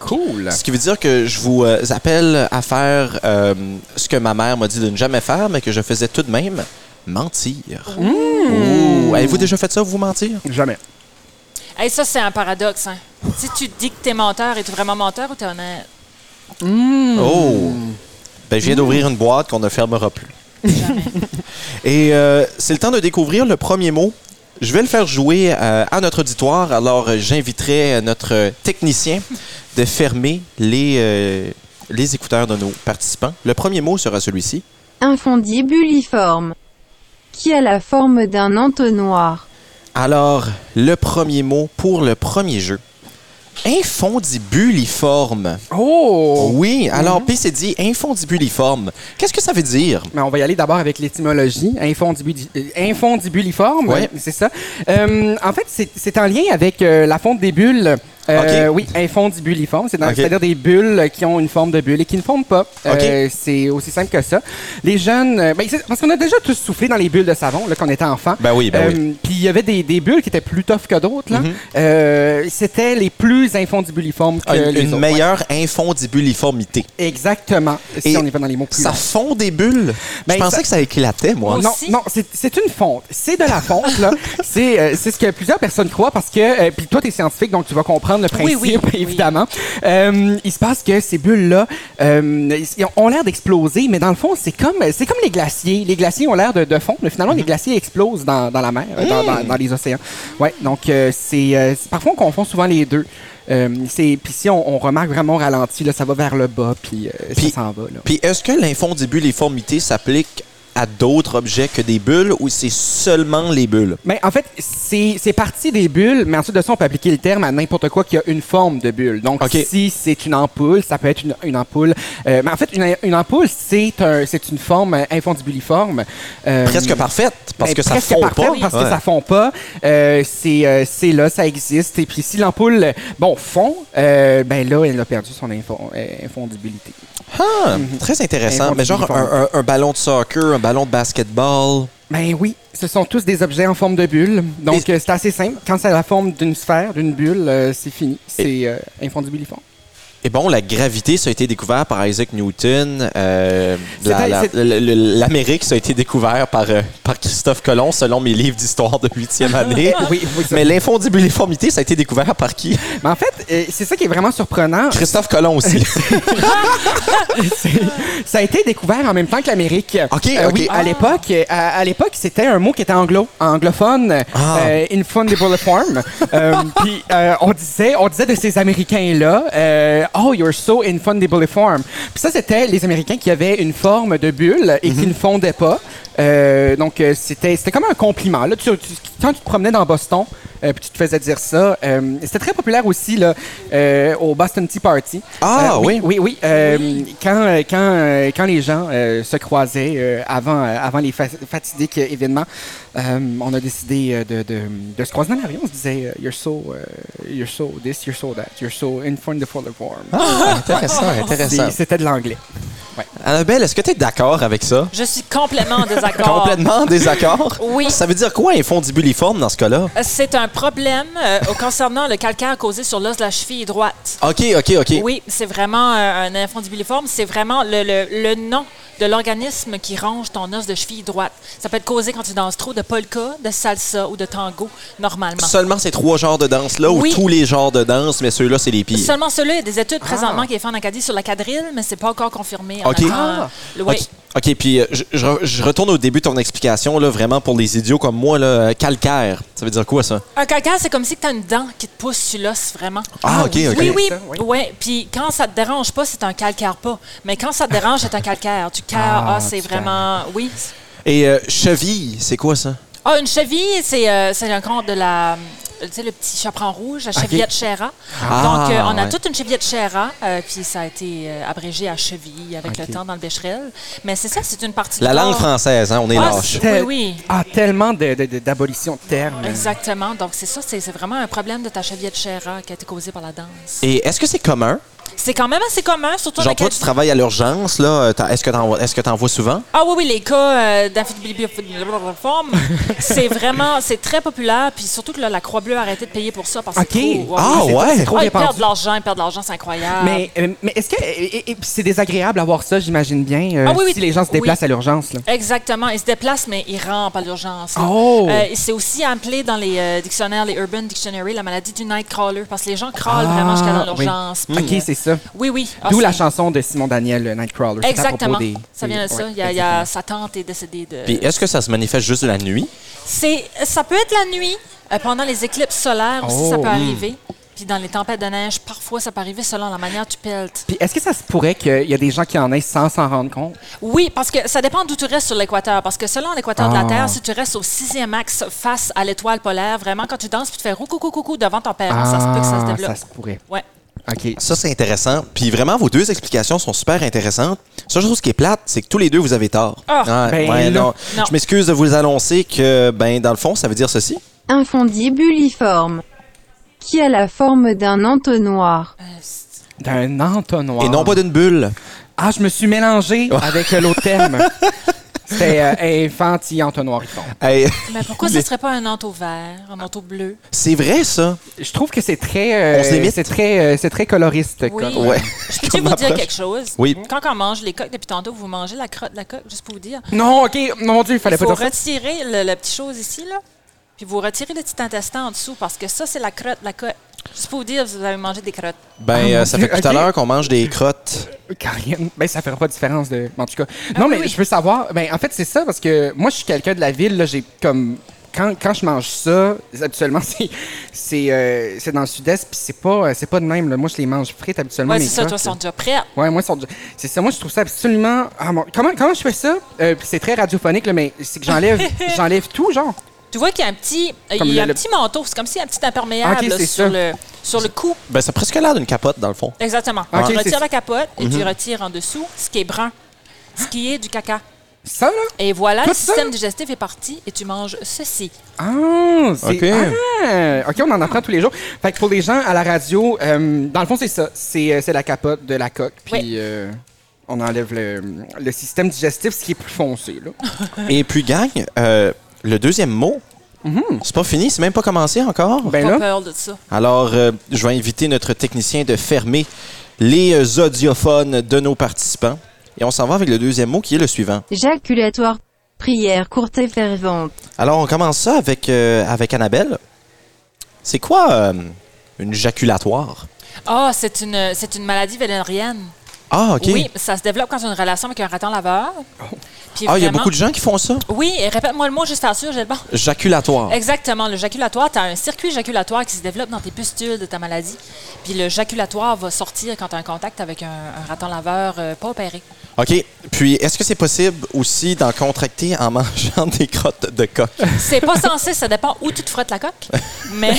S2: Cool.
S1: Ce qui veut dire que je vous euh, appelle à faire euh, ce que ma mère m'a dit de ne jamais faire, mais que je faisais tout de même, mentir. Ouh. Avez-vous déjà fait ça, vous mentir?
S2: Jamais.
S3: Hey, ça, c'est un paradoxe. Hein? Si tu te dis que t'es menteur, es-tu vraiment menteur ou t'es honnête?
S1: Oh! Ben, je viens d'ouvrir une boîte qu'on ne fermera plus. <laughs> Et euh, c'est le temps de découvrir le premier mot. Je vais le faire jouer euh, à notre auditoire, alors euh, j'inviterai euh, notre euh, technicien de fermer les, euh, les écouteurs de nos participants. Le premier mot sera celui-ci.
S9: Infondibuliforme. Qui a la forme d'un entonnoir.
S1: Alors, le premier mot pour le premier jeu. Infondibuliforme.
S2: Oh.
S1: Oui, alors P c'est dit infondibuliforme. Qu'est-ce que ça veut dire?
S2: Mais on va y aller d'abord avec l'étymologie, infondibuli- euh, infondibuliforme,
S1: Ouais.
S2: c'est ça. Euh, en fait, c'est- c'est en lien avec euh, la fonte des bulles. Euh,
S1: Ok.
S2: Oui, infondibuliforme, c'est dans-
S1: Ok.
S2: c'est-à-dire des bulles qui ont une forme de bulle et qui ne fondent pas. Euh, c'est aussi simple que ça. Les jeunes, euh, ben, c'est- parce qu'on a déjà tous soufflé dans les bulles de savon là, quand on était enfant.
S1: Ben oui, ben oui. Mm-hmm.
S2: Euh, Puis il y avait des, des bulles qui étaient plus tough que d'autres. là. Euh, C'était les plus infondibuliformes que
S1: Ah, une
S2: les
S1: une
S2: autres.
S1: meilleure infondibuliformité.
S2: Ouais. Exactement, si
S1: Et
S2: on y va dans les mots plus
S1: Ça
S2: longs.
S1: fond des bulles.
S2: Ben,
S1: Je pensais
S2: ça-
S1: que ça éclatait, moi.
S3: Moi
S2: Non,
S3: aussi.
S2: non, c'est- c'est une fonte. C'est de la fonte, là.
S3: <laughs>
S2: c'est euh, c'est ce que plusieurs personnes croient parce que, euh, puis toi, tu es scientifique, donc tu vas comprendre le
S3: Oui,
S2: principe,
S3: oui, oui.
S2: évidemment. Euh, il se passe que ces bulles-là euh, ils ont- ont l'air d'exploser, mais dans le fond, c'est comme, c'est comme les glaciers. Les glaciers ont l'air de, de fondre, mais finalement,
S3: Mm-hmm.
S2: les glaciers explosent dans, dans la mer, euh, dans,
S3: Mm.
S2: dans- dans les océans. Ouais, donc euh, c'est euh, c'est- parfois, on confond souvent les deux. Euh, c'est- puis si on, on remarque vraiment au ralenti, là, ça va vers le bas, puis euh,
S1: Puis-
S2: ça s'en va. Là.
S1: Puis est-ce que l'infondibuliformité s'applique à d'autres objets que des bulles ou c'est seulement les bulles?
S2: Mais en fait, c'est c'est parti des bulles, mais ensuite de ça, on peut appliquer le terme à n'importe quoi qui a une forme de bulle. Donc,
S1: OK.
S2: si c'est une ampoule, ça peut être une, une ampoule. Euh, mais en fait, une, une ampoule, c'est un, c'est une forme euh, infondibuliforme. Euh,
S1: Presque parfaite, parce
S2: mais
S1: que ça
S2: Ben, presque
S1: fond
S2: parfaite,
S1: pas.
S2: Parce
S1: Ouais.
S2: que ça fond pas. Euh, c'est euh, c'est là, ça existe. Et puis, si l'ampoule, euh, bon, fond, euh, ben là, elle a perdu son info- euh, infondibilité.
S1: Ah,
S2: Mm-hmm.
S1: Très intéressant. Mais genre un, un- un ballon de soccer, un ballon de basketball.
S2: Ben oui, ce sont tous des objets en forme de bulle. Donc,
S1: Et-
S2: euh, c'est assez simple. Quand c'est la forme d'une sphère, d'une bulle, euh, c'est fini. C'est euh, infondibuliforme.
S1: Et bon, Eh ben, la gravité, ça a été découvert par Isaac Newton. euh, la-
S2: C'était-
S1: la-
S2: c'est-
S1: le- le- L'Amérique, ça a été découvert par, euh, par Christophe Colomb, selon mes livres d'histoire de huitième année.
S2: <laughs> Oui, oui, ça-
S1: Mais l'infondibuliformité, ça a été découvert par qui?
S2: Mais en fait, euh, c'est ça qui est vraiment surprenant.
S1: Christophe Colomb
S2: <laughs>
S1: aussi.
S2: Ça a été découvert en même temps que l'Amérique.
S1: OK,
S2: Euh,
S1: OK.
S2: oui, à l'époque, euh, à, à l'époque, c'était un mot qui était anglo, anglophone,
S1: Ah.
S2: euh,
S1: <laughs>
S2: infundibuliform. Euh, Puis euh, on disait, on disait de ces Américains-là, euh, oh you're so infundibuliform. Puis ça, c'était les Américains qui avaient une forme de bulle et
S1: Mhm.
S2: qui ne fondaient pas. Euh, donc euh, c'était, c'était comme un compliment. Là, tu, tu- quand tu te promenais dans Boston. euh, puis tu te faisais dire ça. euh, c'était très populaire aussi là, euh, au Boston Tea Party.
S1: Ah,
S2: Euh,
S1: oui.
S2: oui, oui. euh, Quand, euh, quand, euh, quand les gens euh, se croisaient euh, avant, euh, avant les fa- fatidiques euh, événements, euh, on a décidé euh, de, de, de se croiser dans la rue. On se disait euh, You're so, euh, you're so this, you're so that, you're so in front of the form.
S1: Ah, intéressant,
S2: C'est-
S1: intéressant.
S2: C'était de l'anglais.
S1: Annabelle, est-ce que tu es d'accord avec ça?
S3: Je suis complètement en désaccord.
S1: Complètement en désaccord?
S3: Ah. <laughs> Oui.
S1: Ça veut dire quoi, infondibuliforme, dans ce cas-là?
S3: Euh, C'est un problème euh, concernant le calcaire causé sur l'os de la cheville droite.
S1: OK, OK, OK.
S3: Oui, c'est vraiment euh, un infondibuliforme. C'est vraiment le, le- le nom de l'organisme qui ronge ton os de cheville droite. Ça peut être causé quand tu danses trop de polka, de salsa ou de tango, normalement.
S1: Seulement ces trois genres de danse-là,
S3: Oui.
S1: ou tous les genres de danse, mais ceux-là, c'est les pires.
S3: Seulement ceux-là, il y a des études présentement qui est fait en Acadie sur la quadrille, mais c'est pas encore confirmé.
S1: Ah.
S3: On
S1: OK.
S3: attend,
S1: Ah.
S3: euh, oui.
S1: OK. OK, puis euh, je, je re- je retourne au début de ton explication, là, vraiment pour les idiots comme moi, là, euh, calcaire. Ça veut dire quoi, ça?
S3: Un calcaire, c'est comme si tu as une dent qui te pousse sur l'os, vraiment.
S1: Ah, OK, OK.
S3: Oui, oui.
S2: Ça, oui.
S3: Ouais. Puis quand ça te dérange pas, c'est un calcaire pas. Mais quand ça te dérange, c'est un calcaire. Du calcaire, ah, c'est vraiment. Oui.
S1: Et euh, cheville, c'est quoi, ça?
S3: Ah, une cheville, c'est euh, c'est un compte de la. Tu sais, le petit chaperon rouge, la chevillette Chera.
S1: Ah,
S3: Donc, euh, on a
S1: ouais.
S3: toute une chevillette Chera, euh, puis ça a été euh, abrégé à cheville avec le temps dans le Becherel. Mais c'est ça, c'est une partie du
S1: La langue
S3: corps.
S1: française, hein, on est
S3: Ah,
S1: lâche.
S3: Oui, oui.
S2: Ah, tellement de- de- de- d'abolition de, termes.
S3: Exactement. Donc, c'est ça, c'est c'est vraiment un problème de ta chevillette Chera qui a été causé par la danse.
S1: Et est-ce que c'est commun?
S3: C'est quand même assez commun, surtout en
S1: Genre, toi,
S3: Acadie.
S1: tu travailles à l'urgence, là. euh, t'en- Est-ce que t'en est-ce que t'en vois souvent?
S3: Ah oui, oui, les cas euh, d'infidélité- c'est vraiment, c'est très populaire. Puis surtout que là, la Croix-Bleue a arrêté de payer pour ça parce que
S2: OK.
S3: c'est trop-
S1: Ah,
S3: c'est-
S1: ouais.
S3: c'est trop- ah, ils
S2: répandu.
S3: perdent de l'argent, ils perdent de l'argent, c'est incroyable.
S2: Mais, euh, mais est-ce que. et- et- et puis c'est désagréable à voir ça, j'imagine bien, euh,
S3: Ah oui, oui.
S2: si les gens se
S3: Oui.
S2: déplacent à l'urgence. là.
S3: Exactement. Ils se déplacent, mais ils rampent à l'urgence. là.
S2: Oh!
S3: Euh, et c'est aussi appelé dans les euh, dictionnaires, les Urban Dictionary, la maladie du nightcrawler, parce que les gens crawlent
S2: Ah,
S3: vraiment jusqu'à dans
S2: oui.
S3: l'urgence.
S2: Mm.
S3: Puis, euh,
S2: OK, c'est ça.
S3: Oui, oui. Ah,
S2: D'où
S3: c'est-
S2: la chanson de Simon Daniel, euh, Nightcrawler. c'est à propos
S3: Exactement.
S2: des-
S3: Ça
S2: des-
S3: vient de ça.
S2: ouais,
S3: Il y a- il y a- sa tante est décédée de.
S1: Puis est-ce que ça se manifeste juste la nuit?
S3: C'est, ça peut être la nuit, euh, pendant les éclipses solaires aussi,
S2: Oh,
S3: ça peut
S2: hmm.
S3: arriver. Puis dans les tempêtes de neige, parfois, ça peut arriver selon la manière que tu peltes.
S2: Puis est-ce que ça se pourrait qu'il y a des gens qui en aient sans s'en rendre compte?
S3: Oui, parce que ça dépend d'où tu restes sur l'équateur. Parce que selon l'équateur de la
S2: Ah.
S3: Terre, si tu restes au sixième axe face à l'étoile polaire, vraiment, quand tu danses, puis tu fais coucou, coucou devant ton père, ça se peut que ça se
S2: Ah, Ça
S3: développe.
S2: se pourrait.
S3: Ouais.
S2: OK.
S1: Ça, c'est intéressant. Puis vraiment, vos deux explications sont super intéressantes. Ça, je trouve ce qui est plate, c'est que tous les deux, vous avez tort.
S3: Ah,
S1: Ouais,
S2: ben
S1: ouais,
S2: là.
S1: non.
S3: Non.
S1: Je m'excuse de vous annoncer que, ben, dans le fond, ça veut dire ceci.
S9: Infondibuliforme. Qui a la forme d'un entonnoir.
S3: Euh,
S2: D'un entonnoir.
S1: Et non pas d'une bulle.
S2: Ah, je me
S1: <laughs>
S2: suis mélangé avec euh, l'autre terme. C'était euh, infantil entonnoir. ils font.
S1: Hey, <laughs>
S3: Mais
S2: <laughs>
S3: pourquoi ce
S1: Les-
S3: serait pas un entour vert, un entour bleu?
S1: c'est vrai, ça.
S2: Je trouve que c'est très, euh,
S1: On se limite.
S2: c'est très, euh, c'est très coloriste.
S3: Oui.
S2: comme-
S1: Ouais.
S3: <laughs>
S2: <laughs>
S3: Je peux
S1: Comme
S3: vous dire
S1: approche.
S3: quelque chose?
S1: Oui.
S3: Quand on mange les coques depuis tantôt, vous mangez la crotte de la coque, juste pour vous dire.
S2: Non, ok, mon Dieu, il fallait
S3: Il
S2: pas
S3: faut
S2: dire ça.
S3: retirer le- la petite chose ici, là. Puis vous retirez le petit intestin en dessous parce que ça, c'est la crotte, la crotte. Juste pour vous dire, vous avez mangé des crottes.
S1: Ben,
S2: Ah, mon
S1: euh, ça
S2: Dieu,
S1: fait tout à
S2: ok.
S1: l'heure qu'on mange des crottes.
S2: Karine, ben ça fera pas de différence de. En tout cas, non mais
S3: Ah oui, oui.
S2: je veux savoir. Ben en fait c'est ça parce que moi je suis quelqu'un de la ville là, j'ai comme quand, quand je mange ça, habituellement <laughs> c'est c'est euh, c'est dans le sud-est puis c'est pas euh, c'est pas de même là. Moi je les mange frites habituellement.
S3: Ouais,
S2: mes
S3: c'est ça, toi,
S2: crottes,
S3: ils sont
S2: là.
S3: déjà prêts.
S2: Ouais, moi, ils sont- c'est ça. Moi, je trouve ça absolument. ah, mon- Comment, comment je fais ça? Euh, puis c'est très radiophonique, là, mais c'est que j'enlève
S3: <laughs>
S2: j'enlève tout, genre.
S3: Tu vois qu'il y a un petit, euh,
S2: Comme
S3: il y a
S2: le-
S3: un petit manteau. C'est comme s'il y a un petit imperméable
S2: Ok,
S3: là,
S2: c'est ça.
S3: sur, le, sur le cou.
S1: Ben, ça a presque l'air d'une capote, dans le fond.
S3: Exactement.
S2: Ok,
S3: tu
S2: c'est- Mhm.
S3: retires la capote et tu retires en dessous ce qui est brun, ce qui est du caca.
S2: Ça, là?
S3: Et voilà,
S2: Tout
S3: le système
S2: ça?
S3: digestif est parti et tu manges ceci.
S2: Ah, c'est...
S1: Ok.
S2: Ah! OK, on en apprend tous les jours. Fait que pour les gens à la radio, euh, dans le fond, c'est ça. C'est, euh, c'est la capote de la coque, puis
S3: Oui.
S2: euh, on enlève le, le système digestif, ce qui est plus foncé,
S3: <laughs>
S2: là.
S1: Et puis, gang, euh, le deuxième mot,
S2: Mhm.
S1: c'est pas fini, c'est même pas commencé encore.
S2: Ben
S3: Pas
S2: là,
S3: peur de ça.
S1: Alors, euh, je vais inviter notre technicien de fermer les euh, audiophones de nos participants. Et on s'en va avec le deuxième mot qui est le suivant.
S9: Jaculatoire. Prière courte et fervente.
S1: Alors, on commence ça avec, euh, avec Annabelle. C'est quoi euh, une jaculatoire?
S3: Ah, c'est une, c'est une maladie vénérienne.
S1: Ah, OK.
S3: Oui, ça se développe quand tu as une relation avec un raton laveur.
S2: Oh.
S3: Puis
S1: ah, il y a
S3: vraiment-
S1: beaucoup de gens qui font ça?
S3: Oui, et répète-moi le mot juste à sûr, j'ai le bon.
S1: Jaculatoire.
S3: Exactement. Le jaculatoire, tu as un circuit jaculatoire qui se développe dans tes pustules de ta maladie. Puis le jaculatoire va sortir quand tu as un contact avec un, un raton laveur euh, pas opéré.
S1: OK. Puis, est-ce que c'est possible aussi d'en contracter en mangeant <laughs> des crottes de coq?
S3: C'est pas censé, ça dépend où tu te frottes la coque.
S2: <laughs>
S3: Mais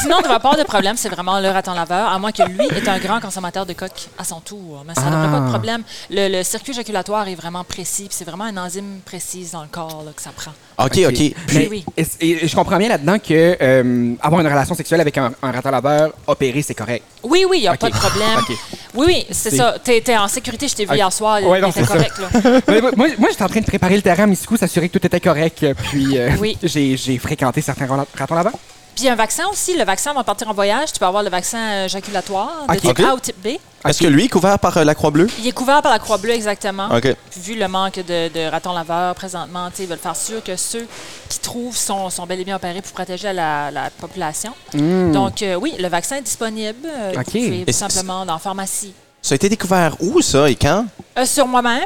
S3: sinon, tu vas pas avoir de problème, c'est vraiment le raton laveur, à moins que lui est un grand consommateur de coque à son tour. Mais ça n'aurait
S2: Ah.
S3: pas de problème. Le, le circuit jaculatoire est vraiment précis, puis c'est vraiment une enzyme précise dans le corps là, que ça prend.
S1: OK, OK. Puis,
S3: Mais Ben oui. <laughs>
S2: et, et je comprends bien là-dedans que euh, avoir une relation sexuelle avec un, un raton laveur opéré, c'est correct.
S3: Oui, oui, il n'y a pas de problème.
S2: OK.
S3: Oui, oui, c'est
S2: C'est-
S3: ça. T'es t'es en sécurité, je t'ai vu
S2: OK.
S3: hier soir.
S2: Ouais, non,
S3: t'étais
S2: c'est ça.
S3: correct, là.
S2: Mais moi, moi, moi, j'étais en train de préparer le terrain à Mississippi, s'assurer que tout était correct. euh, Puis euh,
S3: Oui.
S2: <laughs> j'ai j'ai fréquenté certains rela- ratons là-bas.
S3: Puis un vaccin aussi. Le vaccin avant de partir en voyage, tu peux avoir le vaccin euh, jaculatoire de
S2: OK.
S3: type
S1: OK.
S3: A ou type B.
S1: Est-ce que lui est couvert par euh, la Croix-Bleue?
S3: Il est couvert par la Croix-Bleue, exactement.
S1: OK.
S3: Puis vu le manque de, de ratons laveurs présentement, tu sais, ils veulent faire sûr que ceux qui trouvent sont, sont bel et bien opérés pour protéger la, la population.
S2: Hmm.
S3: Donc, euh, oui, le vaccin est disponible. Euh,
S2: OK.
S3: Vous pouvez
S1: Et
S3: tout
S1: c'est-
S3: simplement dans la pharmacie.
S1: Ça a été découvert où, ça, et quand?
S3: Euh, sur moi-même.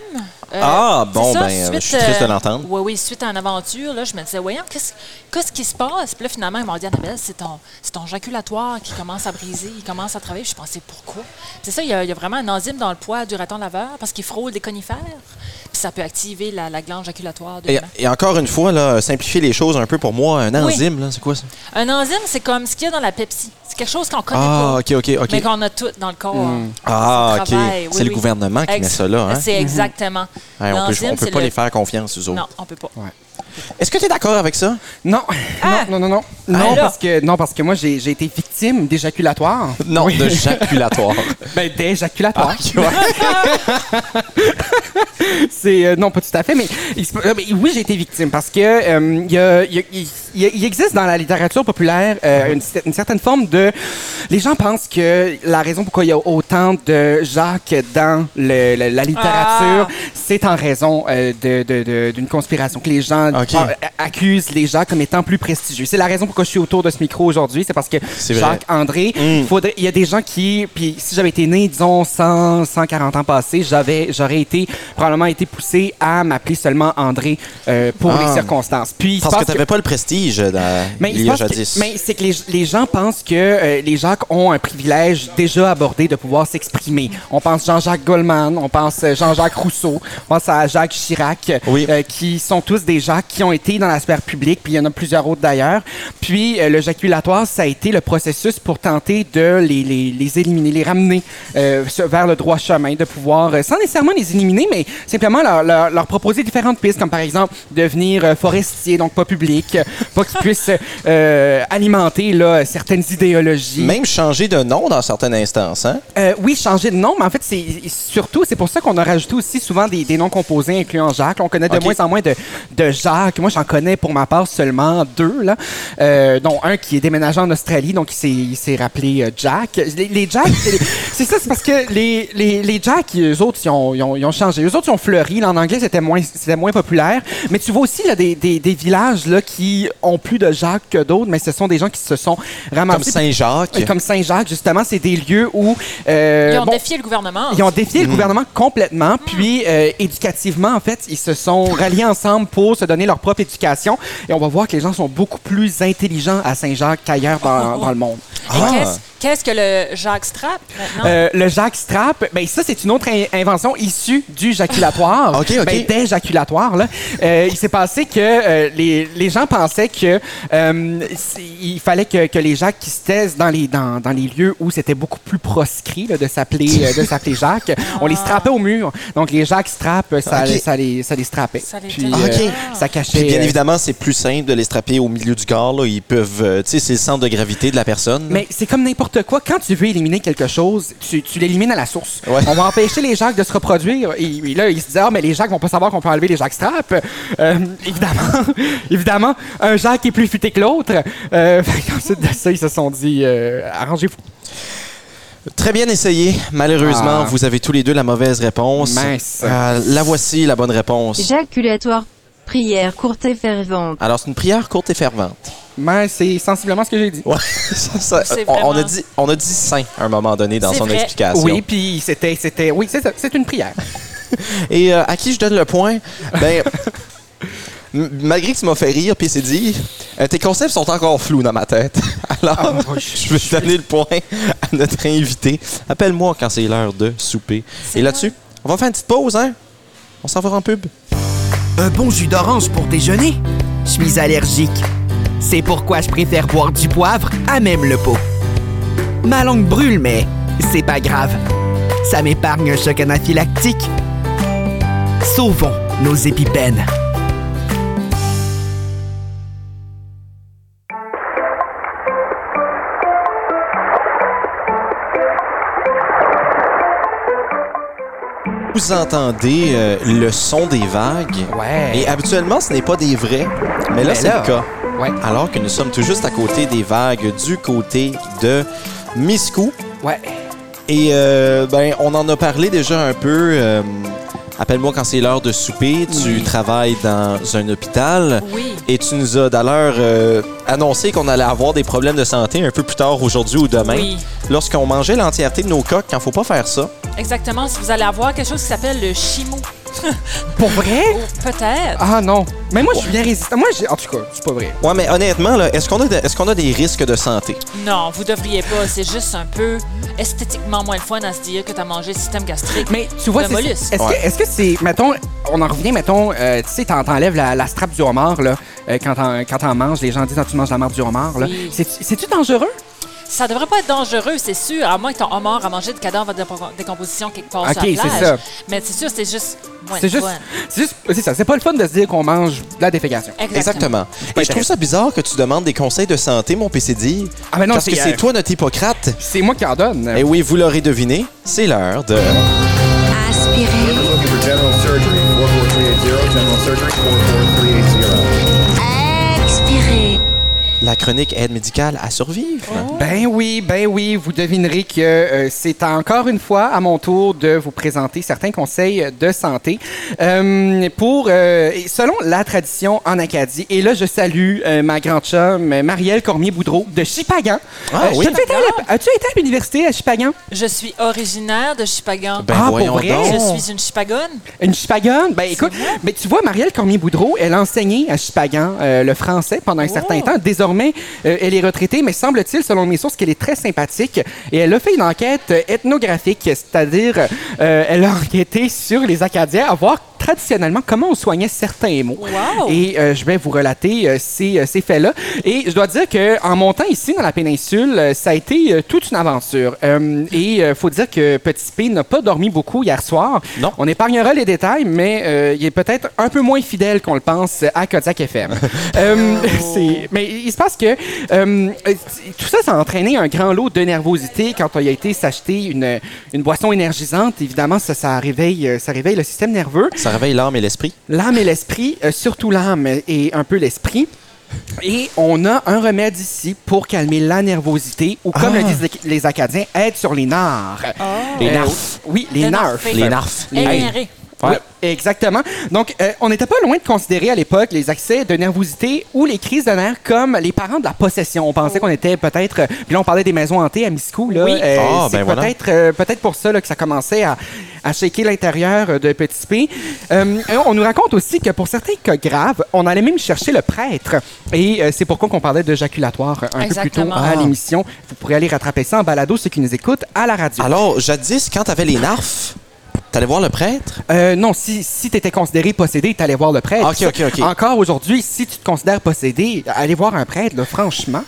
S3: euh,
S1: Ah,
S3: c'est
S1: bon,
S3: ça, euh,
S1: ben, je suis triste de l'entendre.
S3: Oui, oui, suite à une aventure, là, je me disais, voyons, qu'est-ce qu'est-ce qui se passe? Puis là, finalement, ils m'ont dit, Annabelle, c'est ton, c'est ton jaculatoire qui commence à briser, il commence à travailler. Puis je pensais, pourquoi? C'est ça, il y, a, il y a vraiment un enzyme dans le poids du raton laveur parce qu'il frôle des conifères. Puis ça peut activer la, la glande jaculatoire de
S1: Et,
S3: l'humain.
S1: et encore une fois, là, simplifier les choses un peu pour moi, un
S3: Oui.
S1: enzyme, là, c'est quoi ça?
S3: Un enzyme, c'est comme ce qu'il y a dans la Pepsi. C'est quelque chose qu'on connaît
S1: Ah,
S3: pas.
S1: ok, ok, ok.
S3: Mais qu'on a tout dans le corps.
S1: Ah,
S3: C'est
S1: ok.
S3: travail, oui,
S1: C'est le
S3: oui.
S1: gouvernement qui met
S3: Ex-
S1: ça là, hein?
S3: C'est exactement.
S1: Ouais, on peut,
S3: L'enzyme,
S1: on peut
S3: c'est
S1: pas
S3: le-
S1: les faire confiance, eux autres.
S3: Non, on peut pas.
S1: Est-ce que tu es d'accord avec ça?
S2: Non. non, non, non, non. Ah! Non,
S3: là.
S2: parce que, non, parce que moi, j'ai j'ai été victime d'éjaculatoire.
S1: Non, de jaculatoire.
S2: <laughs> Ben, d'éjaculatoire.
S1: Ok, ouais.
S2: C'est euh, non pas tout à fait, mais, il se peut- euh, mais oui j'ai été victime parce que euh, il y a- il y a- il y a- il existe dans la littérature populaire euh, une, cer- une certaine forme de les gens pensent que la raison pourquoi il y a autant de Jacques dans le- le- la littérature,
S3: Ah.
S2: c'est en raison euh, de- de- de- d'une conspiration que les gens
S1: Ok.
S2: a- a- accusent les gens comme étant plus prestigieux. C'est la raison pourquoi je suis autour de ce micro aujourd'hui, c'est parce que
S1: C'est vrai. Mm.
S2: Jacques André, faudrait- il y a des gens qui, puis si j'avais été né, disons, 100, 140 ans passés, j'avais, j'aurais été, probablement été poussé à m'appeler seulement André euh, pour
S1: Ah.
S2: les circonstances. Puis, il se
S1: Parce que
S2: passe
S1: tu n'avais pas le prestige euh, dans-
S2: mais
S1: il
S2: se
S1: y a
S2: passe que-
S1: jadis.
S2: mais c'est que les, les gens pensent que euh, les Jacques ont un privilège déjà abordé de pouvoir s'exprimer. On pense Jean-Jacques Goldman, on pense euh, Jean-Jacques Rousseau, on pense à Jacques Chirac,
S1: Oui.
S2: euh, qui sont tous des Jacques qui ont été dans la sphère publique, puis il y en a plusieurs autres d'ailleurs. Puis euh, le jaculatoire, ça a été le processus pour tenter de les, les- les éliminer, les ramener euh, se- vers le droit chemin, de pouvoir, euh, sans nécessairement les éliminer, mais simplement leur, leur- leur proposer différentes pistes, comme par exemple devenir euh, forestier, donc pas public, euh, pas qu'ils puissent euh, alimenter là, certaines idéologies.
S1: Même changer de nom dans certaines instances, hein?
S2: Euh, oui, changer de nom, mais en fait, c'est surtout, c'est pour ça qu'on a rajouté aussi souvent des, des noms composés incluant Jacques. On connaît de
S1: Ok.
S2: moins en moins de, de Jacques. Moi, j'en connais pour ma part seulement deux, là. Euh, dont un qui est déménagé en Australie, donc il s'est- il s'est rappelé euh, Jack. Les, les <laughs> Jack, c'est- c'est ça, c'est parce que les, les, les Jack, eux autres, ils ont, ils ont- ils ont changé. Eux autres, ils ont fleuri. Là, en anglais, c'était moins, c'était moins populaire. Mais tu vois aussi là, des, des, des villages là, qui ont plus de Jacques que d'autres, mais ce sont des gens qui se sont
S1: Comme
S2: ramassés.
S1: Saint-Jacques.
S2: Et Comme Saint-Jacques, justement, c'est des lieux où... euh,
S3: Ils ont
S2: bon,
S3: défié le gouvernement.
S2: ils ont défié le gouvernement complètement, puis euh, éducativement, en fait, ils se sont ralliés ensemble pour se donner leur propre éducation. Et on va voir que les gens sont beaucoup plus intelligents à Saint-Jacques qu'ailleurs
S3: Oh,
S2: dans, dans le monde.
S3: Et
S1: Ah.
S3: qu'est-ce- Qu'est-ce que le Jacques Strap maintenant?
S2: Ah! Euh, le Jacques Strap, ben ça c'est une autre in- invention issue du
S1: <laughs>
S2: jaculatoire.
S1: Ok, ok.
S2: Ben, des jaculatoires, là. Euh, il s'est passé que euh, les, les gens pensaient que euh, c'est- il fallait que, que les Jacques qui se taisent dans les dans, dans les lieux où c'était beaucoup plus proscrit là, de s'appeler euh, de s'appeler Jacques, on les strappait au mur. Donc les Jacques Strap, ça,
S1: Ok. Ah,
S2: ça les ça les strappait.
S3: Ça les
S2: Puis
S3: tenait.
S2: euh,
S1: Ok.
S2: ça cachait.
S1: Puis bien
S2: euh,
S1: évidemment, c'est plus simple de les strapper au milieu du corps. là. Ils peuvent. euh, tu sais, c'est le centre de gravité de la personne. là.
S2: Mais c'est comme n'importe quoi. Quand tu veux éliminer quelque chose, tu, tu l'élimines à la source.
S1: Ouais.
S2: On va empêcher les jacques de se reproduire. Et, et là, ils se disent, ah, mais les jacques vont pas savoir qu'on peut enlever les jacques strap. Euh, évidemment, <laughs> évidemment, un jacques est plus futé que l'autre. Euh, fait qu'ensuite de ça, ils se sont dit, euh, arrangez-vous.
S1: Très bien essayé. Malheureusement,
S2: Ah.
S1: vous avez tous les deux la mauvaise réponse.
S2: Mince.
S1: Euh, la voici, la bonne réponse.
S9: Jaculatoire. Prière courte et fervente.
S1: Alors, c'est une prière courte et fervente.
S2: Mais c'est sensiblement ce que j'ai dit.
S1: Ouais, <laughs> ça, ça,
S3: C'est
S1: on, on a
S3: vraiment-
S1: dit, on a dit saint à un moment donné dans
S3: C'est
S1: son
S3: vrai.
S1: explication.
S2: Oui, puis c'était, c'était, oui, c'est ça, c'est une prière.
S1: Et euh, à qui je donne le point? Ben, m- malgré que tu m'as fait rire, puis c'est dit, euh, tes concepts sont encore flous dans ma tête. <laughs> Alors, je vais te donner le point à notre invité. Appelle-moi quand c'est l'heure de souper.
S3: C'est
S1: Et là-dessus, on va faire une petite pause, hein? On s'en va en pub.
S6: Un bon jus d'orange pour déjeuner? Je suis allergique. C'est pourquoi je préfère boire du poivre à même le pot. Ma langue brûle, mais c'est pas grave. Ça m'épargne un choc anaphylactique. Sauvons nos épipènes.
S10: Cube Radio.
S1: vous entendez euh, le son des vagues.
S2: Ouais.
S1: Et habituellement, ce n'est pas des vrais, mais là,
S2: Mais
S1: c'est
S2: là,
S1: le cas.
S2: ouais.
S1: Alors que nous sommes tout juste à côté des vagues, du côté de Miscou.
S2: Ouais.
S1: Et euh, ben, on en a parlé déjà un peu. euh, Appelle-moi quand c'est l'heure de souper. Tu travailles dans un hôpital.
S3: Oui.
S1: Et tu nous as d'ailleurs euh, annoncé qu'on allait avoir des problèmes de santé un peu plus tard aujourd'hui ou demain.
S3: Ah, Oui.
S1: Lorsqu'on mangeait l'entièreté de nos coques, quand faut pas faire ça.
S3: Exactement. Si vous allez avoir quelque chose qui s'appelle le chimou,
S2: Pour vrai?
S3: Oh, peut-être.
S2: Ah non. Mais moi, je suis bien résistant. Moi, j'ai- en tout cas, c'est pas vrai.
S1: Ouais, mais honnêtement, là, est-ce qu'on a, de- est-ce qu'on a des risques de santé?
S2: Ah.
S3: Non, vous devriez pas. C'est juste un peu esthétiquement moins le fun à se dire que t'as mangé le système gastrique.
S2: Mais tu vois,
S3: Le
S2: c'est-
S3: mollusque.
S2: est-ce que
S1: Ouais.
S2: est-ce que c'est, mettons, on en revient, mettons, euh, tu sais, t'en- t'enlèves la, la strap du homard, là, euh, quand t'en quand t'en manges, les gens disent, Ah, tu manges la marde du homard, là.
S3: Oui.
S2: C'est- C'est-tu dangereux?
S3: Ça devrait pas être dangereux, c'est sûr, à moins que ton homard a mangé de cadavre de dépo- décomposition quelque part
S2: Ok,
S3: sur la
S2: c'est
S3: plage.
S2: ça.
S3: Mais c'est sûr, c'est juste moins
S2: C'est
S3: le
S2: juste,
S3: fun.
S2: c'est juste, c'est ça, c'est pas le fun de se dire qu'on mange de la défécation.
S3: Eh.
S1: Exactement. Et je trouve ça bizarre que tu demandes des conseils de santé, mon PCD.
S2: Ah, mais non,
S1: parce que
S2: c'est,
S1: c'est
S2: euh,
S1: toi notre Hippocrate.
S2: C'est moi qui en donne.
S1: Et oui, vous l'aurez deviné, c'est l'heure de...
S9: Aspirer. Expirer.
S1: La chronique aide médicale à survivre.
S2: Ben oui, ben oui, vous devinerez que euh, c'est encore une fois à mon tour de vous présenter certains conseils de santé Euh, pour euh, et selon la tradition en Acadie. Et là, je salue euh, ma grande chum euh, Marielle Cormier Boudreau de Chipagan. Euh,
S1: Ah oui?
S2: As-tu été à la- as-tu été à l'université à Chipagan
S3: Je suis originaire de Chipagan.
S1: Ben
S2: Ah, pour
S1: voyons
S2: vrai?
S1: donc.
S3: Je suis une Chipagone.
S2: Une Chipagan? Ben écoute, mais tu vois, Marielle Cormier-Boudreau, elle a enseigné à Chipagan euh, le français pendant un certain temps. Désormais, euh, elle est retraitée, mais semble-t-il, selon mes sources, qu'elle est très sympathique. Et elle a fait une enquête euh, ethnographique, c'est-à-dire euh, elle a enquêté sur les Acadiens à voir traditionnellement comment on soignait certains mots.
S3: Wow!
S2: Et et euh, je vais vous relater euh, ces, euh, ces faits-là. Et je dois dire que en montant ici dans la péninsule, euh, ça a été euh, toute une aventure. Euh, et euh, faut dire que Petit P n'a pas dormi beaucoup hier soir.
S1: Non.
S2: On épargnera les détails, mais euh, il est peut-être un peu moins fidèle qu'on le pense à Kodiak FM. Euh, <laughs> c'est- mais il se passe que euh, euh, tout ça, ça a entraîné un grand lot de nervosité quand il a été s'acheter une, une boisson énergisante. Évidemment, ça, ça réveille, euh, ça réveille le système nerveux.
S1: Ça réveille l'âme et l'esprit.
S2: L'âme et l'esprit, euh, surtout l'âme et un peu l'esprit. Et on a un remède ici pour calmer la nervosité, ou comme le disent les- les Acadiens, aide sur les nards.
S1: Les
S2: Euh,
S1: narfs.
S2: Oui, les,
S3: Les
S2: nards.
S3: narfs.
S1: Les narfs.
S2: Les-
S3: Énervé.
S2: Oui, exactement. Donc, euh, on n'était pas loin de considérer à l'époque les accès de nervosité ou les crises de nerfs comme les parents de la possession. On pensait qu'on était peut-être. euh, Puis là, on parlait des maisons hantées à Miscou. Là,
S3: Oh. Oui.
S2: Euh,
S1: Ah,
S2: c'est
S1: ben voilà.
S2: peut-être euh, peut-être pour ça là, que ça commençait à, à shaker l'intérieur euh, de Petit P. Euh, et on nous raconte aussi que pour certains cas graves, on allait même chercher le prêtre. Et euh, c'est pourquoi qu'on parlait d'éjaculatoire euh, un peu plus tôt
S3: Exactement.
S2: à
S1: Ah.
S2: l'émission. Vous pourrez aller rattraper ça en balado, ceux qui nous écoutent, à la radio.
S1: Alors, jadis, quand t'avais les narfs, t'allais voir le prêtre?
S2: Euh, non, si, si tu étais considéré possédé, tu allais voir le prêtre.
S1: Ok, ok, ok.
S2: Encore aujourd'hui, si tu te considères possédé, allez voir un prêtre, là, franchement.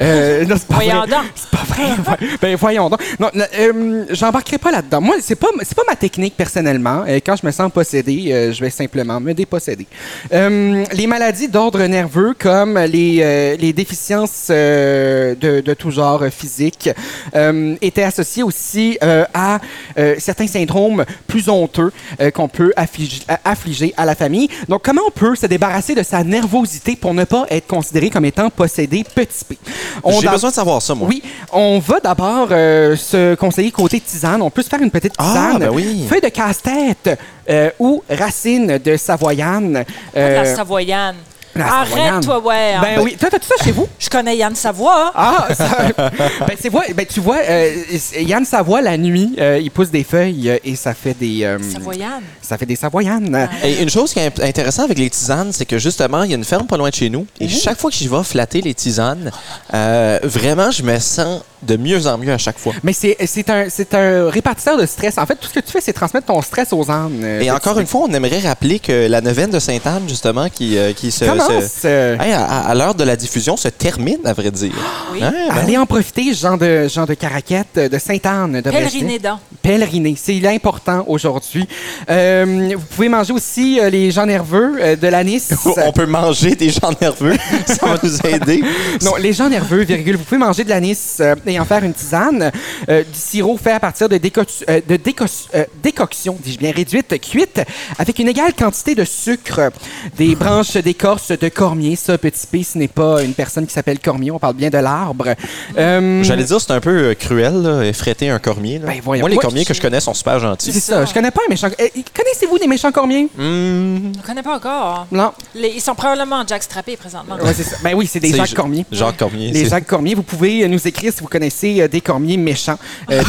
S2: Euh, non, c'est pas
S3: Voyons
S2: vrai.
S3: donc.
S2: C'est pas vrai. <laughs> ben voyons donc. Non, non, euh, j'embarquerai pas là-dedans. Moi, c'est pas, c'est pas ma technique personnellement. Euh, quand je me sens possédé, euh, je vais simplement me déposséder. Euh, les maladies d'ordre nerveux, comme les, euh, les déficiences euh, de, de tout genre euh, physique, euh, étaient associées aussi euh, à euh, certains syndromes plus honteux euh, qu'on peut afflige- a- affliger à la famille. Donc, comment on peut se débarrasser de sa nervosité pour ne pas être considéré comme étant possédé petit p? On
S1: J'ai
S2: a-
S1: besoin de savoir ça, moi.
S2: oui, on va d'abord euh, se conseiller côté tisane. On peut se faire une petite
S1: Ah,
S2: tisane.
S1: ben oui.
S2: Feuille de casse-tête euh, ou racine de savoyane. Euh,
S3: La Savoyane.
S2: la Savoyane.
S3: Arrête-toi, ouais. hein.
S2: Ben oui, toi, t'as-tu ça chez vous?
S3: Je connais Yann Savoie. hein.
S2: Ah, <laughs> ça- ben, c'est vrai. ben, tu vois, euh, Yann Savoie, la nuit, euh, il pousse des feuilles euh, et ça fait des... euh,
S3: Savoyane.
S2: ça fait des savoyanes.
S1: Et une chose qui est int- intéressante avec les tisanes, c'est que justement, il y a une ferme pas loin de chez nous.
S2: Mmh.
S1: Et chaque fois que j'y vais flatter les tisanes, euh, vraiment, je me sens de mieux en mieux à chaque fois.
S2: Mais c'est c'est un, c'est un répartiteur de stress. En fait, tout ce que tu fais, c'est transmettre ton stress aux ânes. euh,
S1: Et encore une fois, on aimerait rappeler que la neuvaine de Sainte-Anne, justement, qui, euh, qui se...
S2: Commence,
S1: se-
S2: euh,
S1: Hey, à à- à l'heure de la diffusion, se termine, à vrai
S2: <gasps>
S1: dire.
S3: Oui.
S1: Hein, ben
S2: Allez en profiter, Jean de, Jean de Caraquette, euh, de Sainte-Anne, de
S3: Pèleriner
S2: Bréchelet.
S3: dedans.
S2: Pèleriner, c'est important aujourd'hui. Euh, vous pouvez manger aussi euh, les gens nerveux euh,
S1: <laughs>
S2: de l'anis.
S1: On peut manger des gens nerveux, <laughs> ça va nous aider.
S2: Non, les gens nerveux, virgule, vous pouvez manger de l'anis, euh, et en faire une tisane. Euh, du sirop fait à partir de, déco euh, de déco- euh, décoctions, dis-je bien, réduites, cuites, avec une égale quantité de sucre. Des branches d'écorce de cormier. Ça, petit P, ce n'est pas une personne qui s'appelle cormier. On parle bien de l'arbre. Euh,
S1: J'allais dire, c'est un peu euh, cruel, là, effréter un cormier. là.
S2: Ben, voyons.
S1: Moi, les
S2: Moi,
S1: cormiers
S2: je-
S1: que je connais sont super
S2: c'est
S1: gentils.
S2: ça. Je connais pas un méchant. Euh, Connaissez-vous des méchants cormiers?
S1: Hmm,
S3: Je ne connais pas encore. hein.
S2: Non.
S3: Les- ils sont probablement jackstrappés présentement.
S2: Ouais, c'est ça. Ben oui, c'est des
S1: c'est
S2: gens
S1: J-
S2: cormiers.
S1: Jacques Cormier.
S2: Les
S1: c'est-
S2: Jacques Cormier, vous pouvez euh, nous écrire si vous connaissez euh, des Cormiers méchants.
S1: <laughs>
S2: Euh,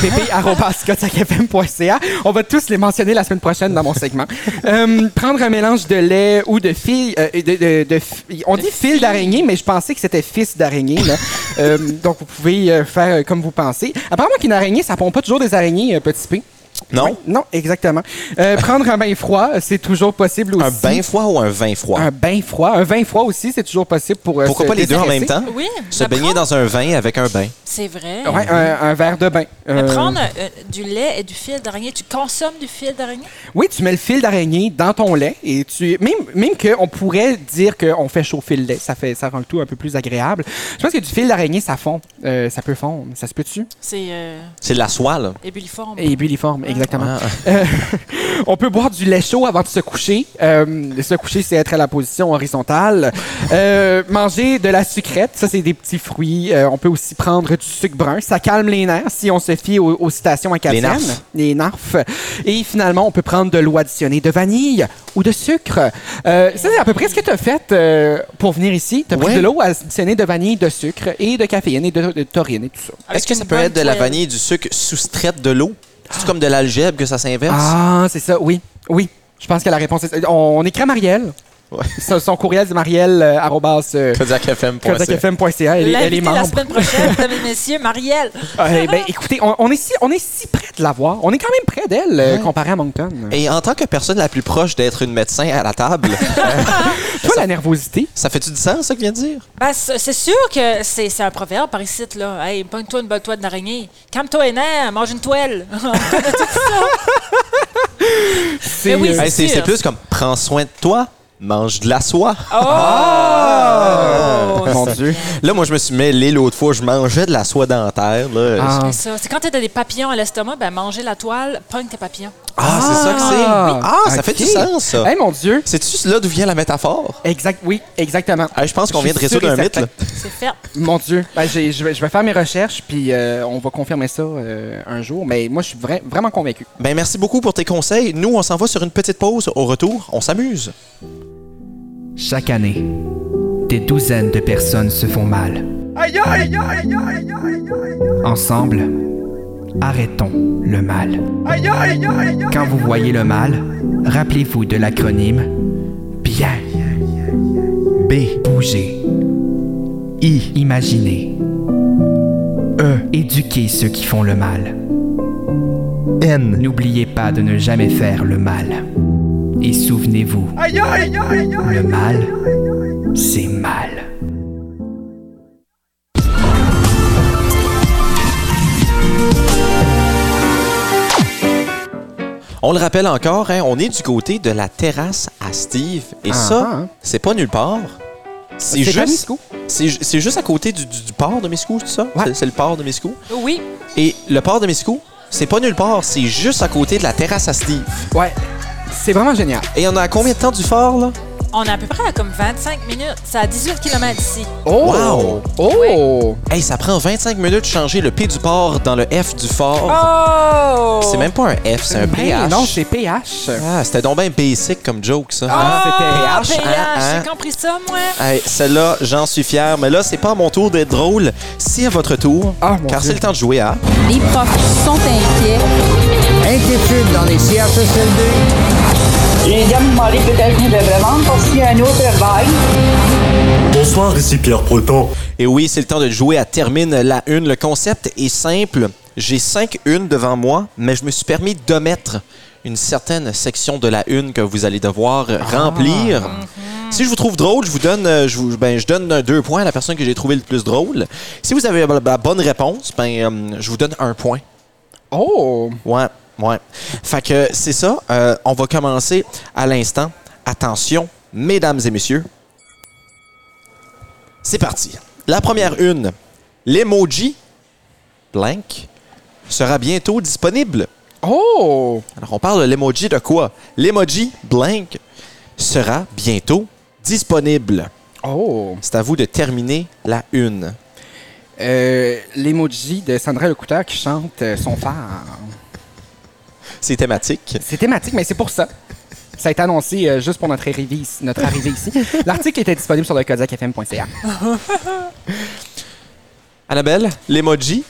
S2: pp.scotacfm.ca. On va tous les mentionner la semaine prochaine dans
S1: <laughs>
S2: mon segment. Euh, prendre un mélange de lait ou de fil. euh, de, de- de fi- on dit fil d'araignée, mais je pensais que c'était fils d'araignée. là. Euh, donc, vous pouvez euh, faire euh, comme vous pensez. Apparemment qu'une araignée, ça pompe pas toujours des araignées, euh, petit P.
S1: Non?
S2: Oui, non, exactement. Euh, prendre un bain froid, c'est toujours possible aussi.
S1: Un bain froid ou un vin froid?
S2: Un bain froid. Un bain froid aussi, c'est toujours possible pour. euh,
S1: Pourquoi
S2: se
S1: pas les deux en
S2: déstresser.
S1: même temps?
S3: Oui,
S1: Se
S3: mais
S1: baigner
S3: prendre-
S1: dans un vin avec un bain.
S3: C'est vrai.
S2: Ouais, un, un verre de bain.
S3: Mais
S2: Euh,
S3: prendre euh, du lait et du fil d'araignée, tu consommes du fil d'araignée?
S2: Oui, tu mets le fil d'araignée dans ton lait et tu même même que on pourrait dire qu'on fait chauffer le lait, ça fait ça rend le tout un peu plus agréable. Je pense que du fil d'araignée ça fond, Euh, ça peut fondre, ça se peut-tu
S3: C'est euh,
S1: C'est de la soie, là.
S3: ébuliforme.
S2: Ébuliforme, exactement. Euh, <laughs> on peut boire du lait chaud avant de se coucher. Euh, se coucher, c'est être à la position horizontale. Euh, manger de la sucrète, ça, c'est des petits fruits. Euh, on peut aussi prendre du sucre brun. Ça calme les nerfs si on se fie aux, aux citations acadiennes.
S1: narfs.
S2: Les narfs. Et finalement, on peut prendre de l'eau additionnée de vanille ou de sucre. Euh, ça, c'est à peu près ce que tu as fait euh, pour venir ici. Tu as pris
S1: Ouais.
S2: de l'eau additionnée de vanille, de sucre et de caféine et de, de taurine et tout ça.
S3: Avec
S1: Est-ce que ça
S3: une
S1: peut
S3: bonne
S1: être de la
S3: poêle.
S1: vanille et du sucre soustraite de l'eau? C'est comme de l'algèbre que ça s'inverse?
S2: Ah, c'est ça, oui. Oui. Je pense que la réponse est. On, on écrit à Marielle.
S1: Ouais.
S2: Son, son courriel, c'est marielle, euh, arrobas, euh,
S1: Kodiakfm.ca.
S2: kodakfm.ca. Elle, est- elle
S3: L'invité
S2: est
S3: la
S2: membre.
S3: semaine prochaine, mesdames et messieurs, Marielle.
S2: Euh, ben, écoutez, on, on est si, on est si près de la voir. On est quand même près d'elle, euh, comparé à Moncton.
S1: Et en tant que personne la plus proche d'être une médecin à la
S2: <laughs>
S1: table,
S2: Toi, la nervosité.
S1: ça fait-tu du sens, ça que vient de dire?
S3: Ben, c'est c'est sûr que c'est c'est un proverbe par ici, là. Hey, pogne-toi une bonne toile d'araignée. Calme-toi, nain, mange une toile. <laughs>
S2: C'est
S3: oui,
S2: euh,
S3: C'est
S1: Hey, c'est
S3: sûr.
S1: c'est plus comme prends soin de toi, mange de la soie.
S2: Ah.
S3: Oh!
S2: mon Dieu.
S1: Là, moi, je me suis mêlé l'autre fois, je mangeais de la soie dentaire. là.
S2: Ah.
S3: C'est ça. C'est quand t'as des papillons à l'estomac, ben manger la toile, pogne tes papillons.
S1: Ah, c'est ça que c'est.
S2: Ah.
S1: Ah, ça
S2: Ok.
S1: fait du sens, ça.
S2: Eh, mon Dieu.
S1: C'est-tu là d'où vient la métaphore?
S2: Exact, oui, exactement.
S1: Hey, je pense qu'on
S2: Je
S1: vient de
S2: suis sûr
S1: résoudre un
S2: et
S1: mythe.
S2: certain. <laughs>
S1: Là.
S3: C'est fait.
S2: Mon Dieu. Ben, j'ai- je, vais, je vais faire mes recherches, puis euh, on va confirmer ça euh, un jour. Mais moi, je suis vra- vraiment convaincu.
S1: Ben, merci beaucoup pour tes conseils. Nous, on s'en va sur une petite pause. Au retour, on s'amuse.
S7: Chaque année, des douzaines de personnes se font mal. Ensemble, arrêtons le mal. Quand vous voyez le mal, rappelez-vous de l'acronyme BIEN. B. Bouger. I. Imaginer. E. Éduquer ceux qui font le mal. N. N'oubliez pas de ne jamais faire le mal. Et souvenez-vous, le mal, c'est mal.
S1: On le rappelle encore, hein, on est du côté de la terrasse à Steve. Et ça,
S2: ah.
S1: c'est pas nulle part. C'est
S2: C'est pas
S1: juste,
S2: Miscou.
S1: c'est ju- c'est juste à côté du, du- du port de Miscou, c'est ça?
S2: Ouais.
S1: C'est- C'est le port de Miscou.
S3: Oui,
S1: Et le port de Miscou, c'est pas nulle part. C'est juste à côté de la terrasse à Steve.
S2: Ouais. C'est vraiment génial.
S1: Et on a à combien de temps du fort, là?
S3: on est à peu près à comme 25 minutes. C'est à 18 km d'ici.
S2: Oh!
S1: Wow!
S2: Oh!
S1: Hey, ça prend 25 minutes de changer le P du port dans le F du fort.
S3: Oh!
S1: C'est même pas un F, c'est un
S2: Ben
S1: PH.
S2: Non, c'est PH.
S1: Ah, c'était donc bien basic comme joke, ça.
S3: Ah,
S2: Ah,
S1: c'était
S3: PH,
S1: PH, hein, hein.
S3: j'ai compris ça, moi.
S1: Hey, celle-là, j'en suis fier, mais là, c'est pas à mon tour d'être drôle. C'est à votre tour,
S2: Ah, mon
S1: car
S2: Dieu.
S1: c'est le temps de jouer à...
S9: Les profs sont inquiets.
S10: Inquiétude dans les CHSLD.
S11: Les gars me demandaient peut-être qu'ils devraient vendre pour s'il y a un autre bail.
S4: Bonsoir, ici Pierre Proton.
S1: Et oui, c'est le temps de jouer à Termine la Une. Le concept est simple. J'ai cinq unes devant moi, mais je me suis permis de mettre une certaine section de la Une que vous allez devoir remplir. Si je vous trouve drôle, je vous donne, euh, je, vous- ben, je donne un- deux points à la personne que j'ai trouvé le plus drôle. Si vous avez la- la bonne réponse, ben, euh, je vous donne un point.
S2: Oh!
S1: Ouais, ouais. Fait que c'est ça. Euh, on va commencer à l'instant. Attention, mesdames et messieurs. C'est parti. La première une. L'emoji Blank sera bientôt disponible.
S2: Oh!
S1: Alors, on parle de l'emoji de quoi? L'emoji Blank sera bientôt disponible.
S2: Oh!
S1: C'est à vous de terminer la une.
S2: Euh, L'emoji de Sandra Lecouteur qui chante euh, son phare.
S1: C'est thématique.
S2: C'est thématique, mais c'est pour ça. Ça a été annoncé euh, juste pour notre arrivée ici. notre arrivée ici. L'article était disponible sur le kodiakfm.ca.
S1: Annabelle, l'emoji?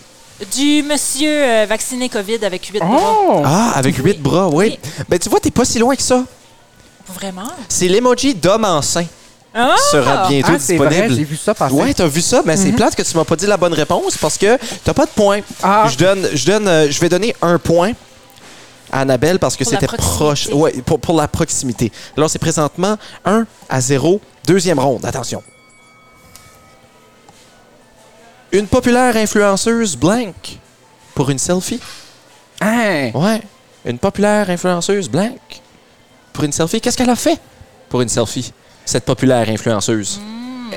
S3: Du monsieur euh, vacciné COVID avec huit
S2: Oh!
S1: Ah, avec huit bras, oui. Ben, tu vois, t'es pas si loin que ça.
S3: bras. Vraiment?
S1: C'est l'emoji d'homme enceint.
S3: Ah!
S1: sera bientôt
S2: Ah, c'est vrai,
S1: disponible.
S2: j'ai vu ça passer. Mhm.
S1: Ouais, t'as vu ça, mais c'est plate que tu m'as pas dit la bonne réponse parce que t'as pas de point.
S2: Ah.
S1: Je donne, je donne, euh, je vais donner un point à Annabelle parce que
S3: Pour la
S1: c'était
S3: proximité.
S1: proche. Ouais, pour, pour la proximité. Alors c'est présentement 1 à 0, deuxième ronde. Attention. Une populaire influenceuse blank pour une selfie.
S2: Hein?
S1: Ouais. Une populaire influenceuse blanche pour une selfie. Qu'est-ce qu'elle a fait pour une selfie, cette populaire influenceuse?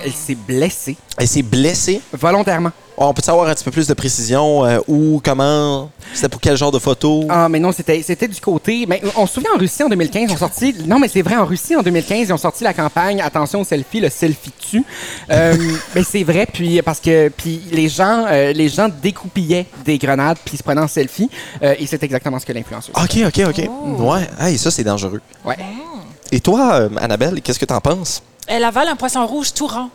S2: Elle s'est blessée
S1: Mm. Elle s'est blessée.
S2: volontairement.
S1: On peut savoir un petit peu plus de précision euh, où, comment, c'était pour quel genre de photo?
S2: Ah, mais non, c'était c'était du côté. Mais on se souvient en Russie en 2015, ils ont sorti. Non, mais c'est vrai, en Russie en 2015, ils ont sorti la campagne Attention au selfie, le selfie tue.
S1: <laughs>
S2: Euh, mais c'est vrai, puis parce que puis les gens euh, les gens découpillaient des grenades puis ils se prenaient en selfie. euh, et c'est exactement ce que l'influenceuse.
S1: OK, OK, OK. Ouais. Hey, ça, c'est dangereux.
S2: Ouais.
S1: Et toi, euh, Annabelle, qu'est-ce que t'en penses
S3: Elle avale un poisson rouge tout rond.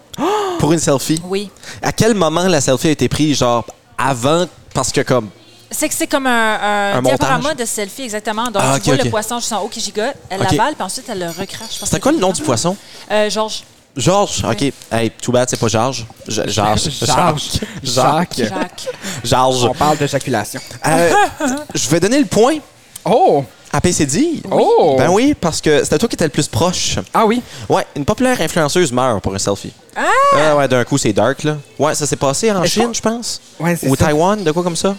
S1: pour une selfie?
S3: Oui.
S1: À quel moment la selfie a été prise? Genre avant, parce que comme...
S3: C'est que c'est comme un, un
S1: Un
S3: diaporama
S1: montage.
S3: de selfie, exactement. Donc,
S1: Ah,
S3: tu
S1: ok,
S3: vois
S1: ok.
S3: le poisson juste en haut qui gigote, elle
S1: Ok.
S3: l'avale, puis ensuite, elle le recrache.
S1: C'était quoi le nom du poisson?
S3: Euh, Georges.
S1: Georges. OK. Hey, tout bad, c'est pas Georges. Je- <laughs> Georges.
S2: Georges.
S1: Jacques.
S2: Jacques.
S3: Jacques.
S1: Georges.
S2: On parle d'éjaculation.
S1: Euh, je vais donner le point
S2: Oh!
S1: à PCD.
S2: Oh!
S1: Ben oui, parce que c'était toi qui étais le plus proche.
S2: Ah oui.
S1: Ouais, une populaire influenceuse meurt pour un selfie. Ah! ouais, d'un coup, c'est dark, là. Ouais, ça s'est passé en
S2: Mais je
S1: Chine,
S2: pense-
S1: je pense.
S2: Ouais, c'est
S1: Ou
S2: ça. Hmm.
S1: Taïwan, de quoi comme ça?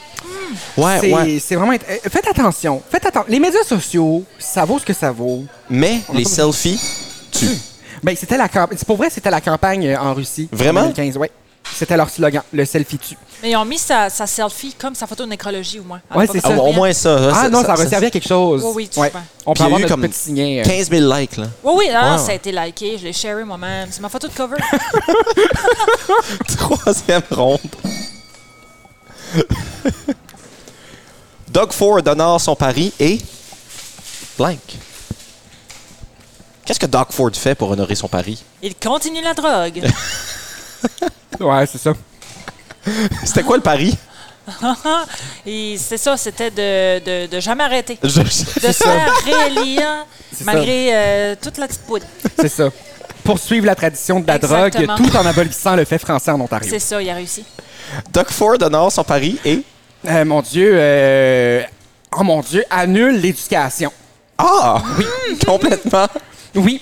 S1: Ouais,
S2: C'est
S1: ouais.
S2: c'est vraiment. int- euh, Faites attention. Faites attention. Les médias sociaux, ça vaut ce que ça vaut.
S1: Mais les selfies tuent.
S2: Ben, c'était la campagne. Pour vrai, c'était la campagne euh, en Russie. en
S1: Vraiment?
S2: 2015, ouais. C'était leur slogan, le selfie tue.
S3: Mais ils ont mis sa, sa selfie comme sa photo de nécrologie, au moins.
S2: Ouais, c'est
S1: Ah,
S2: ça.
S1: au moins ça. là,
S2: Ah
S1: ça-
S2: non, ça,
S1: ça-
S2: resservait à quelque chose.
S3: Oui, oui, tout souvent.
S2: On
S1: Puis il
S2: peut
S1: y
S2: avoir
S1: a eu
S2: notre
S1: comme
S2: petit signet. euh.
S1: 15 000 likes, là.
S3: Oui, oui, alors,
S1: Wow.
S3: ça a été liké. Je l'ai sharé moi-même. C'est ma photo de
S1: <laughs>
S3: cover.
S1: Troisième ronde. Doug Ford honore son pari et. Blank. Qu'est-ce que Doug Ford fait pour honorer son pari?
S3: Il continue
S1: <laughs>
S3: la drogue.
S2: <laughs> Ouais, c'est ça.
S1: C'était quoi le pari?
S3: Et c'est ça, c'était de, de, de jamais arrêter.
S1: Je- <laughs>
S3: De se faire réélire malgré euh, toute la petite poudre.
S2: C'est ça. Poursuivre la tradition de la
S3: Exactement.
S2: drogue tout en abolissant le fait français en Ontario.
S3: C'est ça, il a réussi.
S1: Doug Ford honore son pari et.
S2: Euh, mon Dieu. euh, Oh mon Dieu, annule l'éducation.
S1: Ah! Oui! <laughs> Complètement!
S2: Oui.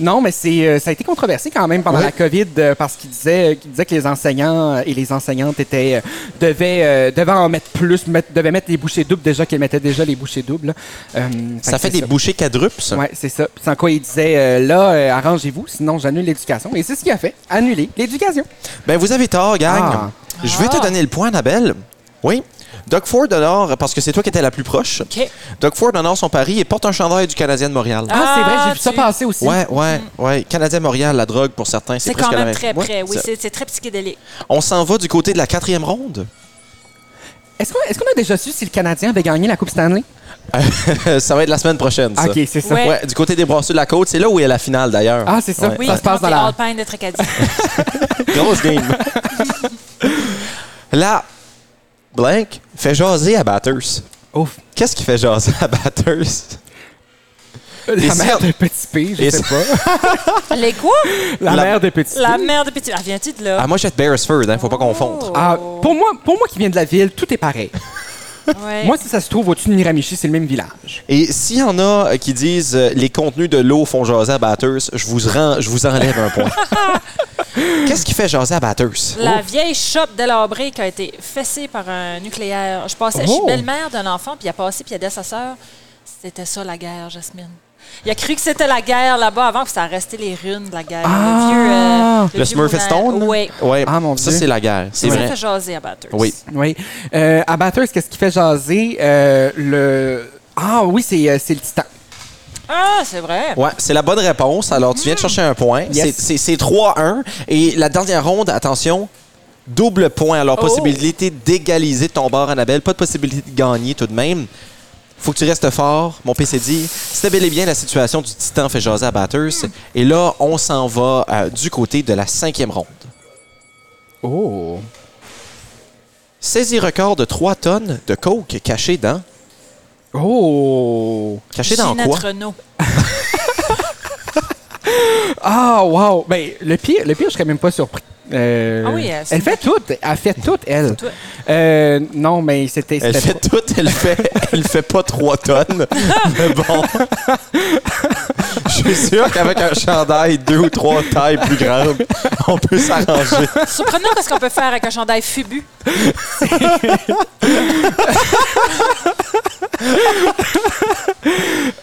S2: Non, mais c'est, euh, ça a été controversé quand même pendant
S1: Ouais.
S2: la COVID euh, parce qu'il disait, qu'il disait que les enseignants euh, et les enseignantes étaient, euh, devaient, euh, devaient en mettre plus, mettre- devaient mettre les bouchées doubles déjà qu'ils mettaient déjà les bouchées doubles. Euh,
S1: Ça fait
S2: que c'est
S1: des bouchées quadruples, ça.
S2: Ouais, c'est ça. Puis sans quoi il disait, euh, là, euh, arrangez-vous, sinon j'annule l'éducation. Et c'est ce qu'il a fait, annuler l'éducation.
S1: Ben, vous avez tort, gang.
S2: Ah.
S1: Je vais te donner le point, Annabelle. Oui. Doug Ford honore, parce que c'est toi qui étais la plus proche.
S3: OK.
S1: Doug Ford honore son pari et porte un chandail du Canadien de Montréal.
S2: Ah, c'est vrai, j'ai vu
S3: tu-
S2: ça passer aussi.
S1: Ouais, ouais, ouais. Canadien-Montréal, la drogue pour certains, c'est
S3: Mm. C'est
S1: presque
S3: quand
S1: la
S3: même
S1: même
S3: très
S1: Ouais,
S3: près. Oui,
S1: ça.
S3: c'est c'est très psychédélique.
S1: On s'en va du côté de la quatrième ronde. <laughs>
S2: Est-ce, qu'on, est-ce qu'on a déjà su si le Canadien avait gagné la Coupe Stanley?
S1: ça va être la semaine prochaine, ça.
S2: Ok, c'est ça.
S3: Ouais.
S1: Ouais, du côté des brasseux de la côte, c'est là où est la finale d'ailleurs.
S2: Ah, c'est ça.
S1: Ouais.
S3: Oui,
S2: Ça se passe dans la-
S3: Alpine de Tracadie.
S1: <laughs> Grosse
S3: <laughs>
S1: game. la blank fait jaser à Batters.
S2: Ouf.
S1: Qu'est-ce qui fait jaser à Batters?
S2: La
S1: Et
S2: mère
S1: ça-
S2: de Petit P, je
S1: et
S2: sais
S1: ça- <laughs>
S2: pas.
S3: Les quoi?
S2: La,
S1: La-
S2: mère de Petit P.
S3: La merde de petit. Ah, viens-tu de là?
S1: Ah, moi, j'ai Beresford, hein, faut
S3: Oh.
S1: pas confondre.
S2: Ah, pour, moi, pour moi qui viens de la ville, tout est pareil.
S1: Ah,
S3: Ouais.
S2: Moi, si ça se trouve au-dessus de Miramichi, c'est le même village.
S1: Et s'il y en a euh, qui disent euh, les contenus de l'eau font jaser à Batters, je vous, rends, je vous enlève un
S3: <laughs>
S1: point. Qu'est-ce qui fait jaser à Batters?
S3: La vieille shop de l'Abré qui a été fessée par un nucléaire. Je passais, je suis
S2: Oh!
S3: belle-mère d'un enfant, puis il a passé, puis il a dit à sa sœur, c'était ça la guerre, Jasmine. Il a cru que c'était la guerre là-bas avant, puis ça a resté les runes de la guerre.
S1: Ah!
S3: le vieux. euh,
S1: Le
S3: vieux
S1: Smurfit
S3: moulin.
S1: Stone?
S3: Oui.
S1: Ouais.
S2: Ah, mon
S1: Ça,
S2: Dieu.
S1: c'est la guerre. C'est
S3: Ça
S1: vrai.
S3: fait jaser à Batters.
S1: Oui.
S2: Oui. Euh, à Batters, qu'est-ce qui fait jaser? Euh, le... Ah oui, c'est euh, c'est le titan.
S3: Ah, c'est vrai.
S1: Ouais, c'est la bonne réponse. Alors, tu viens de chercher un point.
S2: Yes.
S1: C'est- C'est c'est 3-1. Et la dernière ronde, attention, double point. Alors,
S3: Oh.
S1: possibilité d'égaliser ton bord, Annabelle. Pas de possibilité de gagner tout de même. Faut que tu restes fort, mon PC dit. C'était bel et bien la situation du Titan fait jaser à Batters. Et là, on s'en va euh, du côté de la cinquième ronde.
S2: Oh.
S1: Saisie record de 3 tonnes de coke cachée dans...
S2: Oh.
S1: Caché dans
S3: Ginette
S1: quoi?
S3: Renault.
S2: Ah, wow! Ben, le pire, le pire, je serais même pas surpris. Euh,
S3: Ah oui, elle-
S2: elle fait tout. Elle fait tout, elle.
S3: Tout.
S2: Euh, non, mais c'était.
S1: Elle
S2: c'était
S1: fait tout, elle fait, elle fait pas 3 tonnes. Mais bon. Je suis sûr qu'avec un chandail deux ou trois tailles plus grandes, on peut s'arranger.
S3: Surprenant qu'est-ce qu'on peut faire avec un chandail fubu.
S2: pas-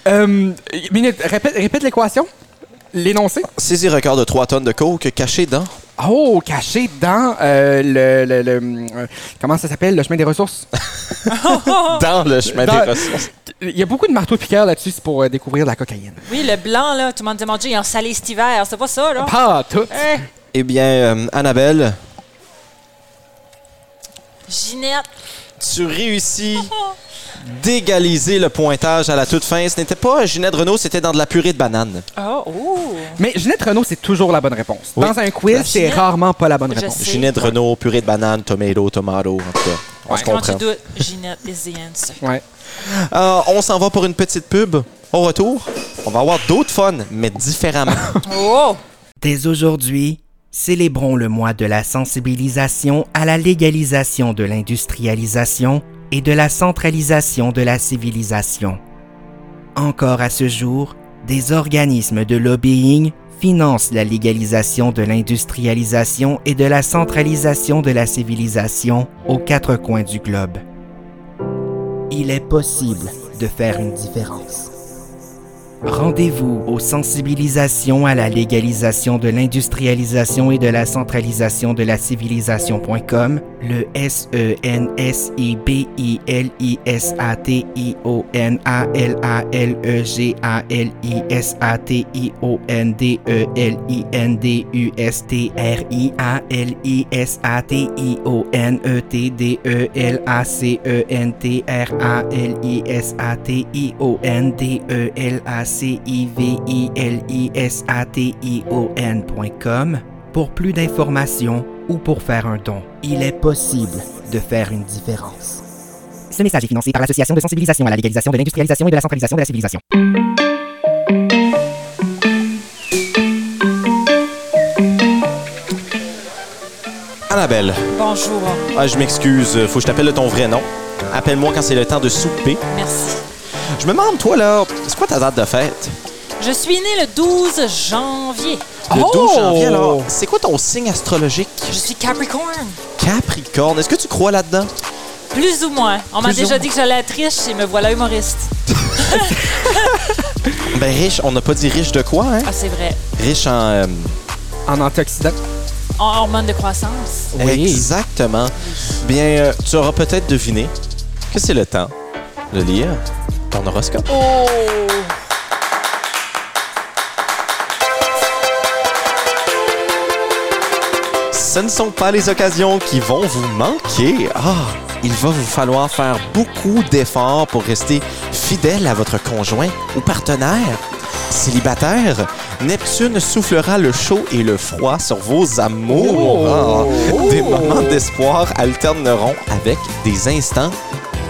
S2: Euh, minute, répète, répète l'équation. L'énoncé.
S1: Saisie record de 3 tonnes de coke caché dans.
S2: Oh, caché dans euh, le, le- le- euh, Comment ça s'appelle? Le chemin des ressources.
S1: Oh. Dans le chemin
S2: Dans-
S1: des ressources.
S2: Il y a beaucoup de marteaux-piqueurs là-dessus c'est pour euh, découvrir de la cocaïne.
S3: Oui, le blanc, là. Tout le monde dit, mon Dieu, il est en salé cet hiver. C'est pas ça,
S1: Ah,
S3: là.
S2: Pas tout.
S3: Eh,
S1: Eh bien, euh, Annabelle,
S3: Ginette.
S1: tu réussis d'égaliser le pointage à la toute fin. Ce n'était pas Ginette Renault, c'était dans de la purée de banane.
S3: Oh, oh.
S2: Mais Ginette Renault, c'est toujours la bonne réponse.
S1: Oui.
S2: Dans un quiz, c'est
S3: Bah, Ginette-
S2: rarement pas la bonne
S3: Je
S2: réponse.
S3: sais.
S1: Ginette Renault, purée de banane, tomato, tomato, en tout cas. On se
S3: Quand tu
S1: comprend.
S3: doutes, Ginette is the answer.
S2: Ouais.
S1: Euh, on s'en va pour une petite pub. Au retour, on va avoir d'autres fun, mais différemment.
S3: Oh!
S6: Dès aujourd'hui, célébrons le mois de la sensibilisation à la légalisation de l'industrialisation et de la centralisation de la civilisation. Encore à ce jour, des organismes de lobbying financent la légalisation de l'industrialisation et de la centralisation de la civilisation aux quatre coins du globe. Il est possible de faire une différence. Rendez-vous aux sensibilisations à la légalisation de l'industrialisation et de la centralisation de la civilisation.com, le S-E-N-S-I-B-I-L-I-S-A-T-I-O-N-A-L-A-L-E-G-A-L-I-S-A-t-I-O-N-E-T-D-E-L-A-C-E-N-T-R-I-A-L-I-S-A-T-I-O-N-D-E-L-A-C-I-V-I-L-I-S-A-T-I-O-N.com pour plus d'informations ou pour faire un don. Il est possible de faire une différence. Ce message est financé par l'Association de sensibilisation à la légalisation de l'industrialisation et de la centralisation de la civilisation.
S1: Annabelle,
S3: Bonjour.
S1: ah, je m'excuse, euh, faut que je t'appelle de ton vrai nom. Appelle-moi quand c'est le temps de souper.
S3: Merci.
S1: Je me demande, toi, là, c'est quoi ta date de fête?
S3: Je suis née le 12 janvier.
S1: Le
S2: Oh!
S1: 12 janvier, alors. C'est quoi ton signe astrologique?
S3: Je suis Capricorn.
S1: Capricorne. Est-ce que tu crois là-dedans?
S3: Plus ou moins. On m'a
S1: Plus ou
S3: déjà
S1: moins.
S3: dit que j'allais être riche et me voilà humoriste.
S1: Ben, riche, on n'a pas dit riche de quoi, hein?
S3: Ah, c'est vrai.
S1: Riche en. euh,
S2: En antioxydant.
S3: En hormones de croissance.
S1: Exactement. Bien, euh, tu auras peut-être deviné que c'est le temps de lire ton horoscope.
S3: Oh!
S1: Ce ne sont pas les occasions qui vont vous manquer. Ah, il va vous falloir faire beaucoup d'efforts pour rester fidèle à votre conjoint ou partenaire. Célibataire, Neptune soufflera le chaud et le froid sur vos amours. Ah, des moments d'espoir alterneront avec des instants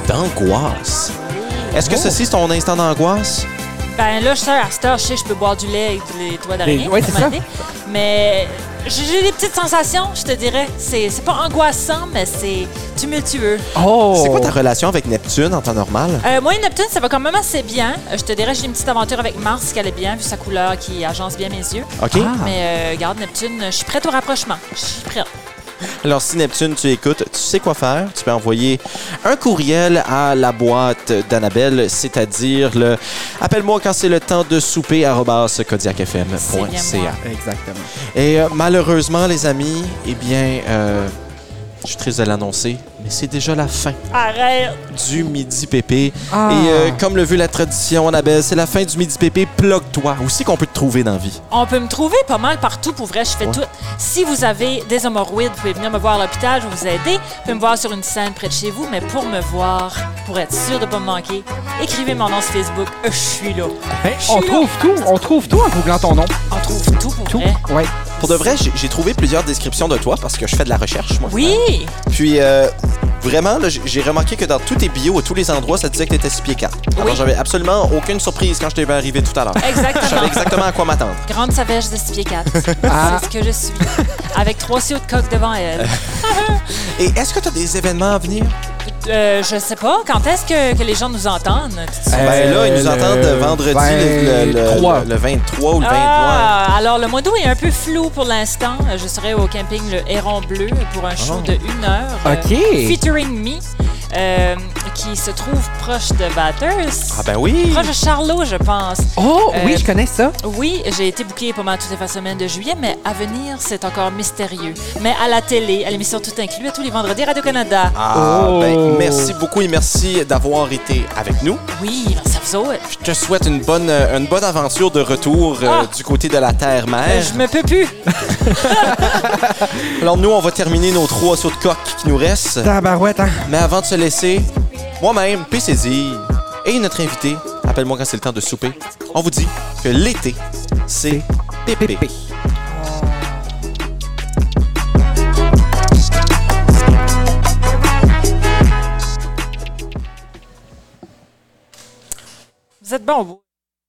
S1: d'angoisse. Est-ce que ceci est ton instant d'angoisse?
S3: Ben là, je sais, à cette heure, je sais, je peux boire du lait avec les toits d'araignée.
S2: ouais, c'est
S3: pour
S2: ça.
S3: m'aider. Mais j'ai j'ai des petites sensations, je te dirais. C'est c'est pas angoissant, mais c'est tumultueux.
S2: Oh!
S1: C'est quoi ta relation avec Neptune en temps normal?
S3: Euh, moi, Neptune, ça va quand même assez bien. Euh, Je te dirais, j'ai une petite aventure avec Mars qui allait bien, vu sa couleur qui agence bien mes yeux.
S1: OK?
S3: Mais euh, regarde, Neptune, je suis prête au rapprochement. Je suis prête.
S1: Alors, si Neptune, tu écoutes, tu sais quoi faire. Tu peux envoyer un courriel à la boîte d'Annabelle, c'est-à-dire le appelle-moi quand c'est le temps de souper arobase
S3: C'est bien
S1: kodiakfm.ca.
S3: moi.
S2: Exactement.
S1: Et euh, malheureusement, les amis, eh bien, euh, je suis triste de l'annoncer, mais c'est déjà la fin
S3: Arrête!
S1: du Midi Pépé.
S3: Ah.
S1: Et euh, comme le veut la tradition, Annabelle, c'est la fin du Midi Pépé. Plug-toi. Où c'est qu'on peut te trouver dans la vie?
S3: On peut me trouver pas mal partout, pour vrai, je fais
S1: Ouais.
S3: tout. Si vous avez des hémorroïdes, vous pouvez venir me voir à l'hôpital, je vais vous aider. Vous pouvez me voir sur une scène près de chez vous, mais pour me voir, pour être sûr de ne pas me manquer, écrivez mon nom sur Facebook, Euh, je suis là.
S2: Hein,
S3: Je suis
S2: on
S3: là.
S2: trouve tout, on trouve tout en googlant ton nom.
S3: On trouve tout pour vrai.
S2: Ouais.
S1: Pour de vrai, j'ai- j'ai trouvé plusieurs descriptions de toi parce que je fais de la recherche, moi.
S3: Oui!
S1: Puis, euh, vraiment, là, j'ai- j'ai remarqué que dans tous tes bios, à tous les endroits, ça disait que t'étais 6 pieds 4. Alors,
S3: Oui.
S1: j'avais absolument aucune surprise quand je t'ai vu arriver tout à l'heure. <laughs> Je savais
S3: Exactement.
S1: exactement à quoi m'attendre.
S3: Grande savage de 6
S1: <laughs>
S3: pieds 4.
S1: Ah.
S3: C'est ce que je suis. Avec trois cieux de coq devant elle.
S1: Et est-ce que t'as des événements à venir?
S3: Euh, je sais pas, quand est-ce que, que les gens nous entendent? Tout de suite.
S1: ben là, ils nous entendent
S2: Euh, le
S1: vendredi le, le- le-
S2: 23.
S1: le 23 ou le 29.
S3: Ah, alors le mois d'août est un peu flou pour l'instant. Euh, Je serai au camping Le Héron Bleu pour un show
S1: Oh.
S3: de une heure. euh,
S2: OK.
S3: featuring Me, euh, qui se trouve proche de Batters.
S1: Ah ben oui!
S3: Proche de Charlot, je pense.
S2: Oh,
S3: Euh,
S2: oui, je connais ça.
S3: Oui, j'ai été bouquée pendant toute la semaine de juillet, mais à venir, c'est encore mystérieux. Mais à la télé, à l'émission Tout Inclus, à tous les vendredis, Radio-Canada.
S1: Ah, ben,
S2: Oh.
S1: merci beaucoup et merci d'avoir été avec nous.
S3: Oui, merci à vous autres.
S1: Je te souhaite une bonne, euh, une bonne aventure de retour euh,
S3: Ah. Ben,
S1: du côté de la Terre-Mère.
S3: Euh, Je me peux plus.
S1: Alors, nous, on va terminer nos trois sauts de coq qui nous restent.
S2: Tabarouette, hein.
S1: Mais avant de se laisser, moi-même, PCD et notre invité, appelle-moi quand c'est le temps de souper, on vous dit que l'été, c'est pépé.
S3: Vous êtes bon, vous.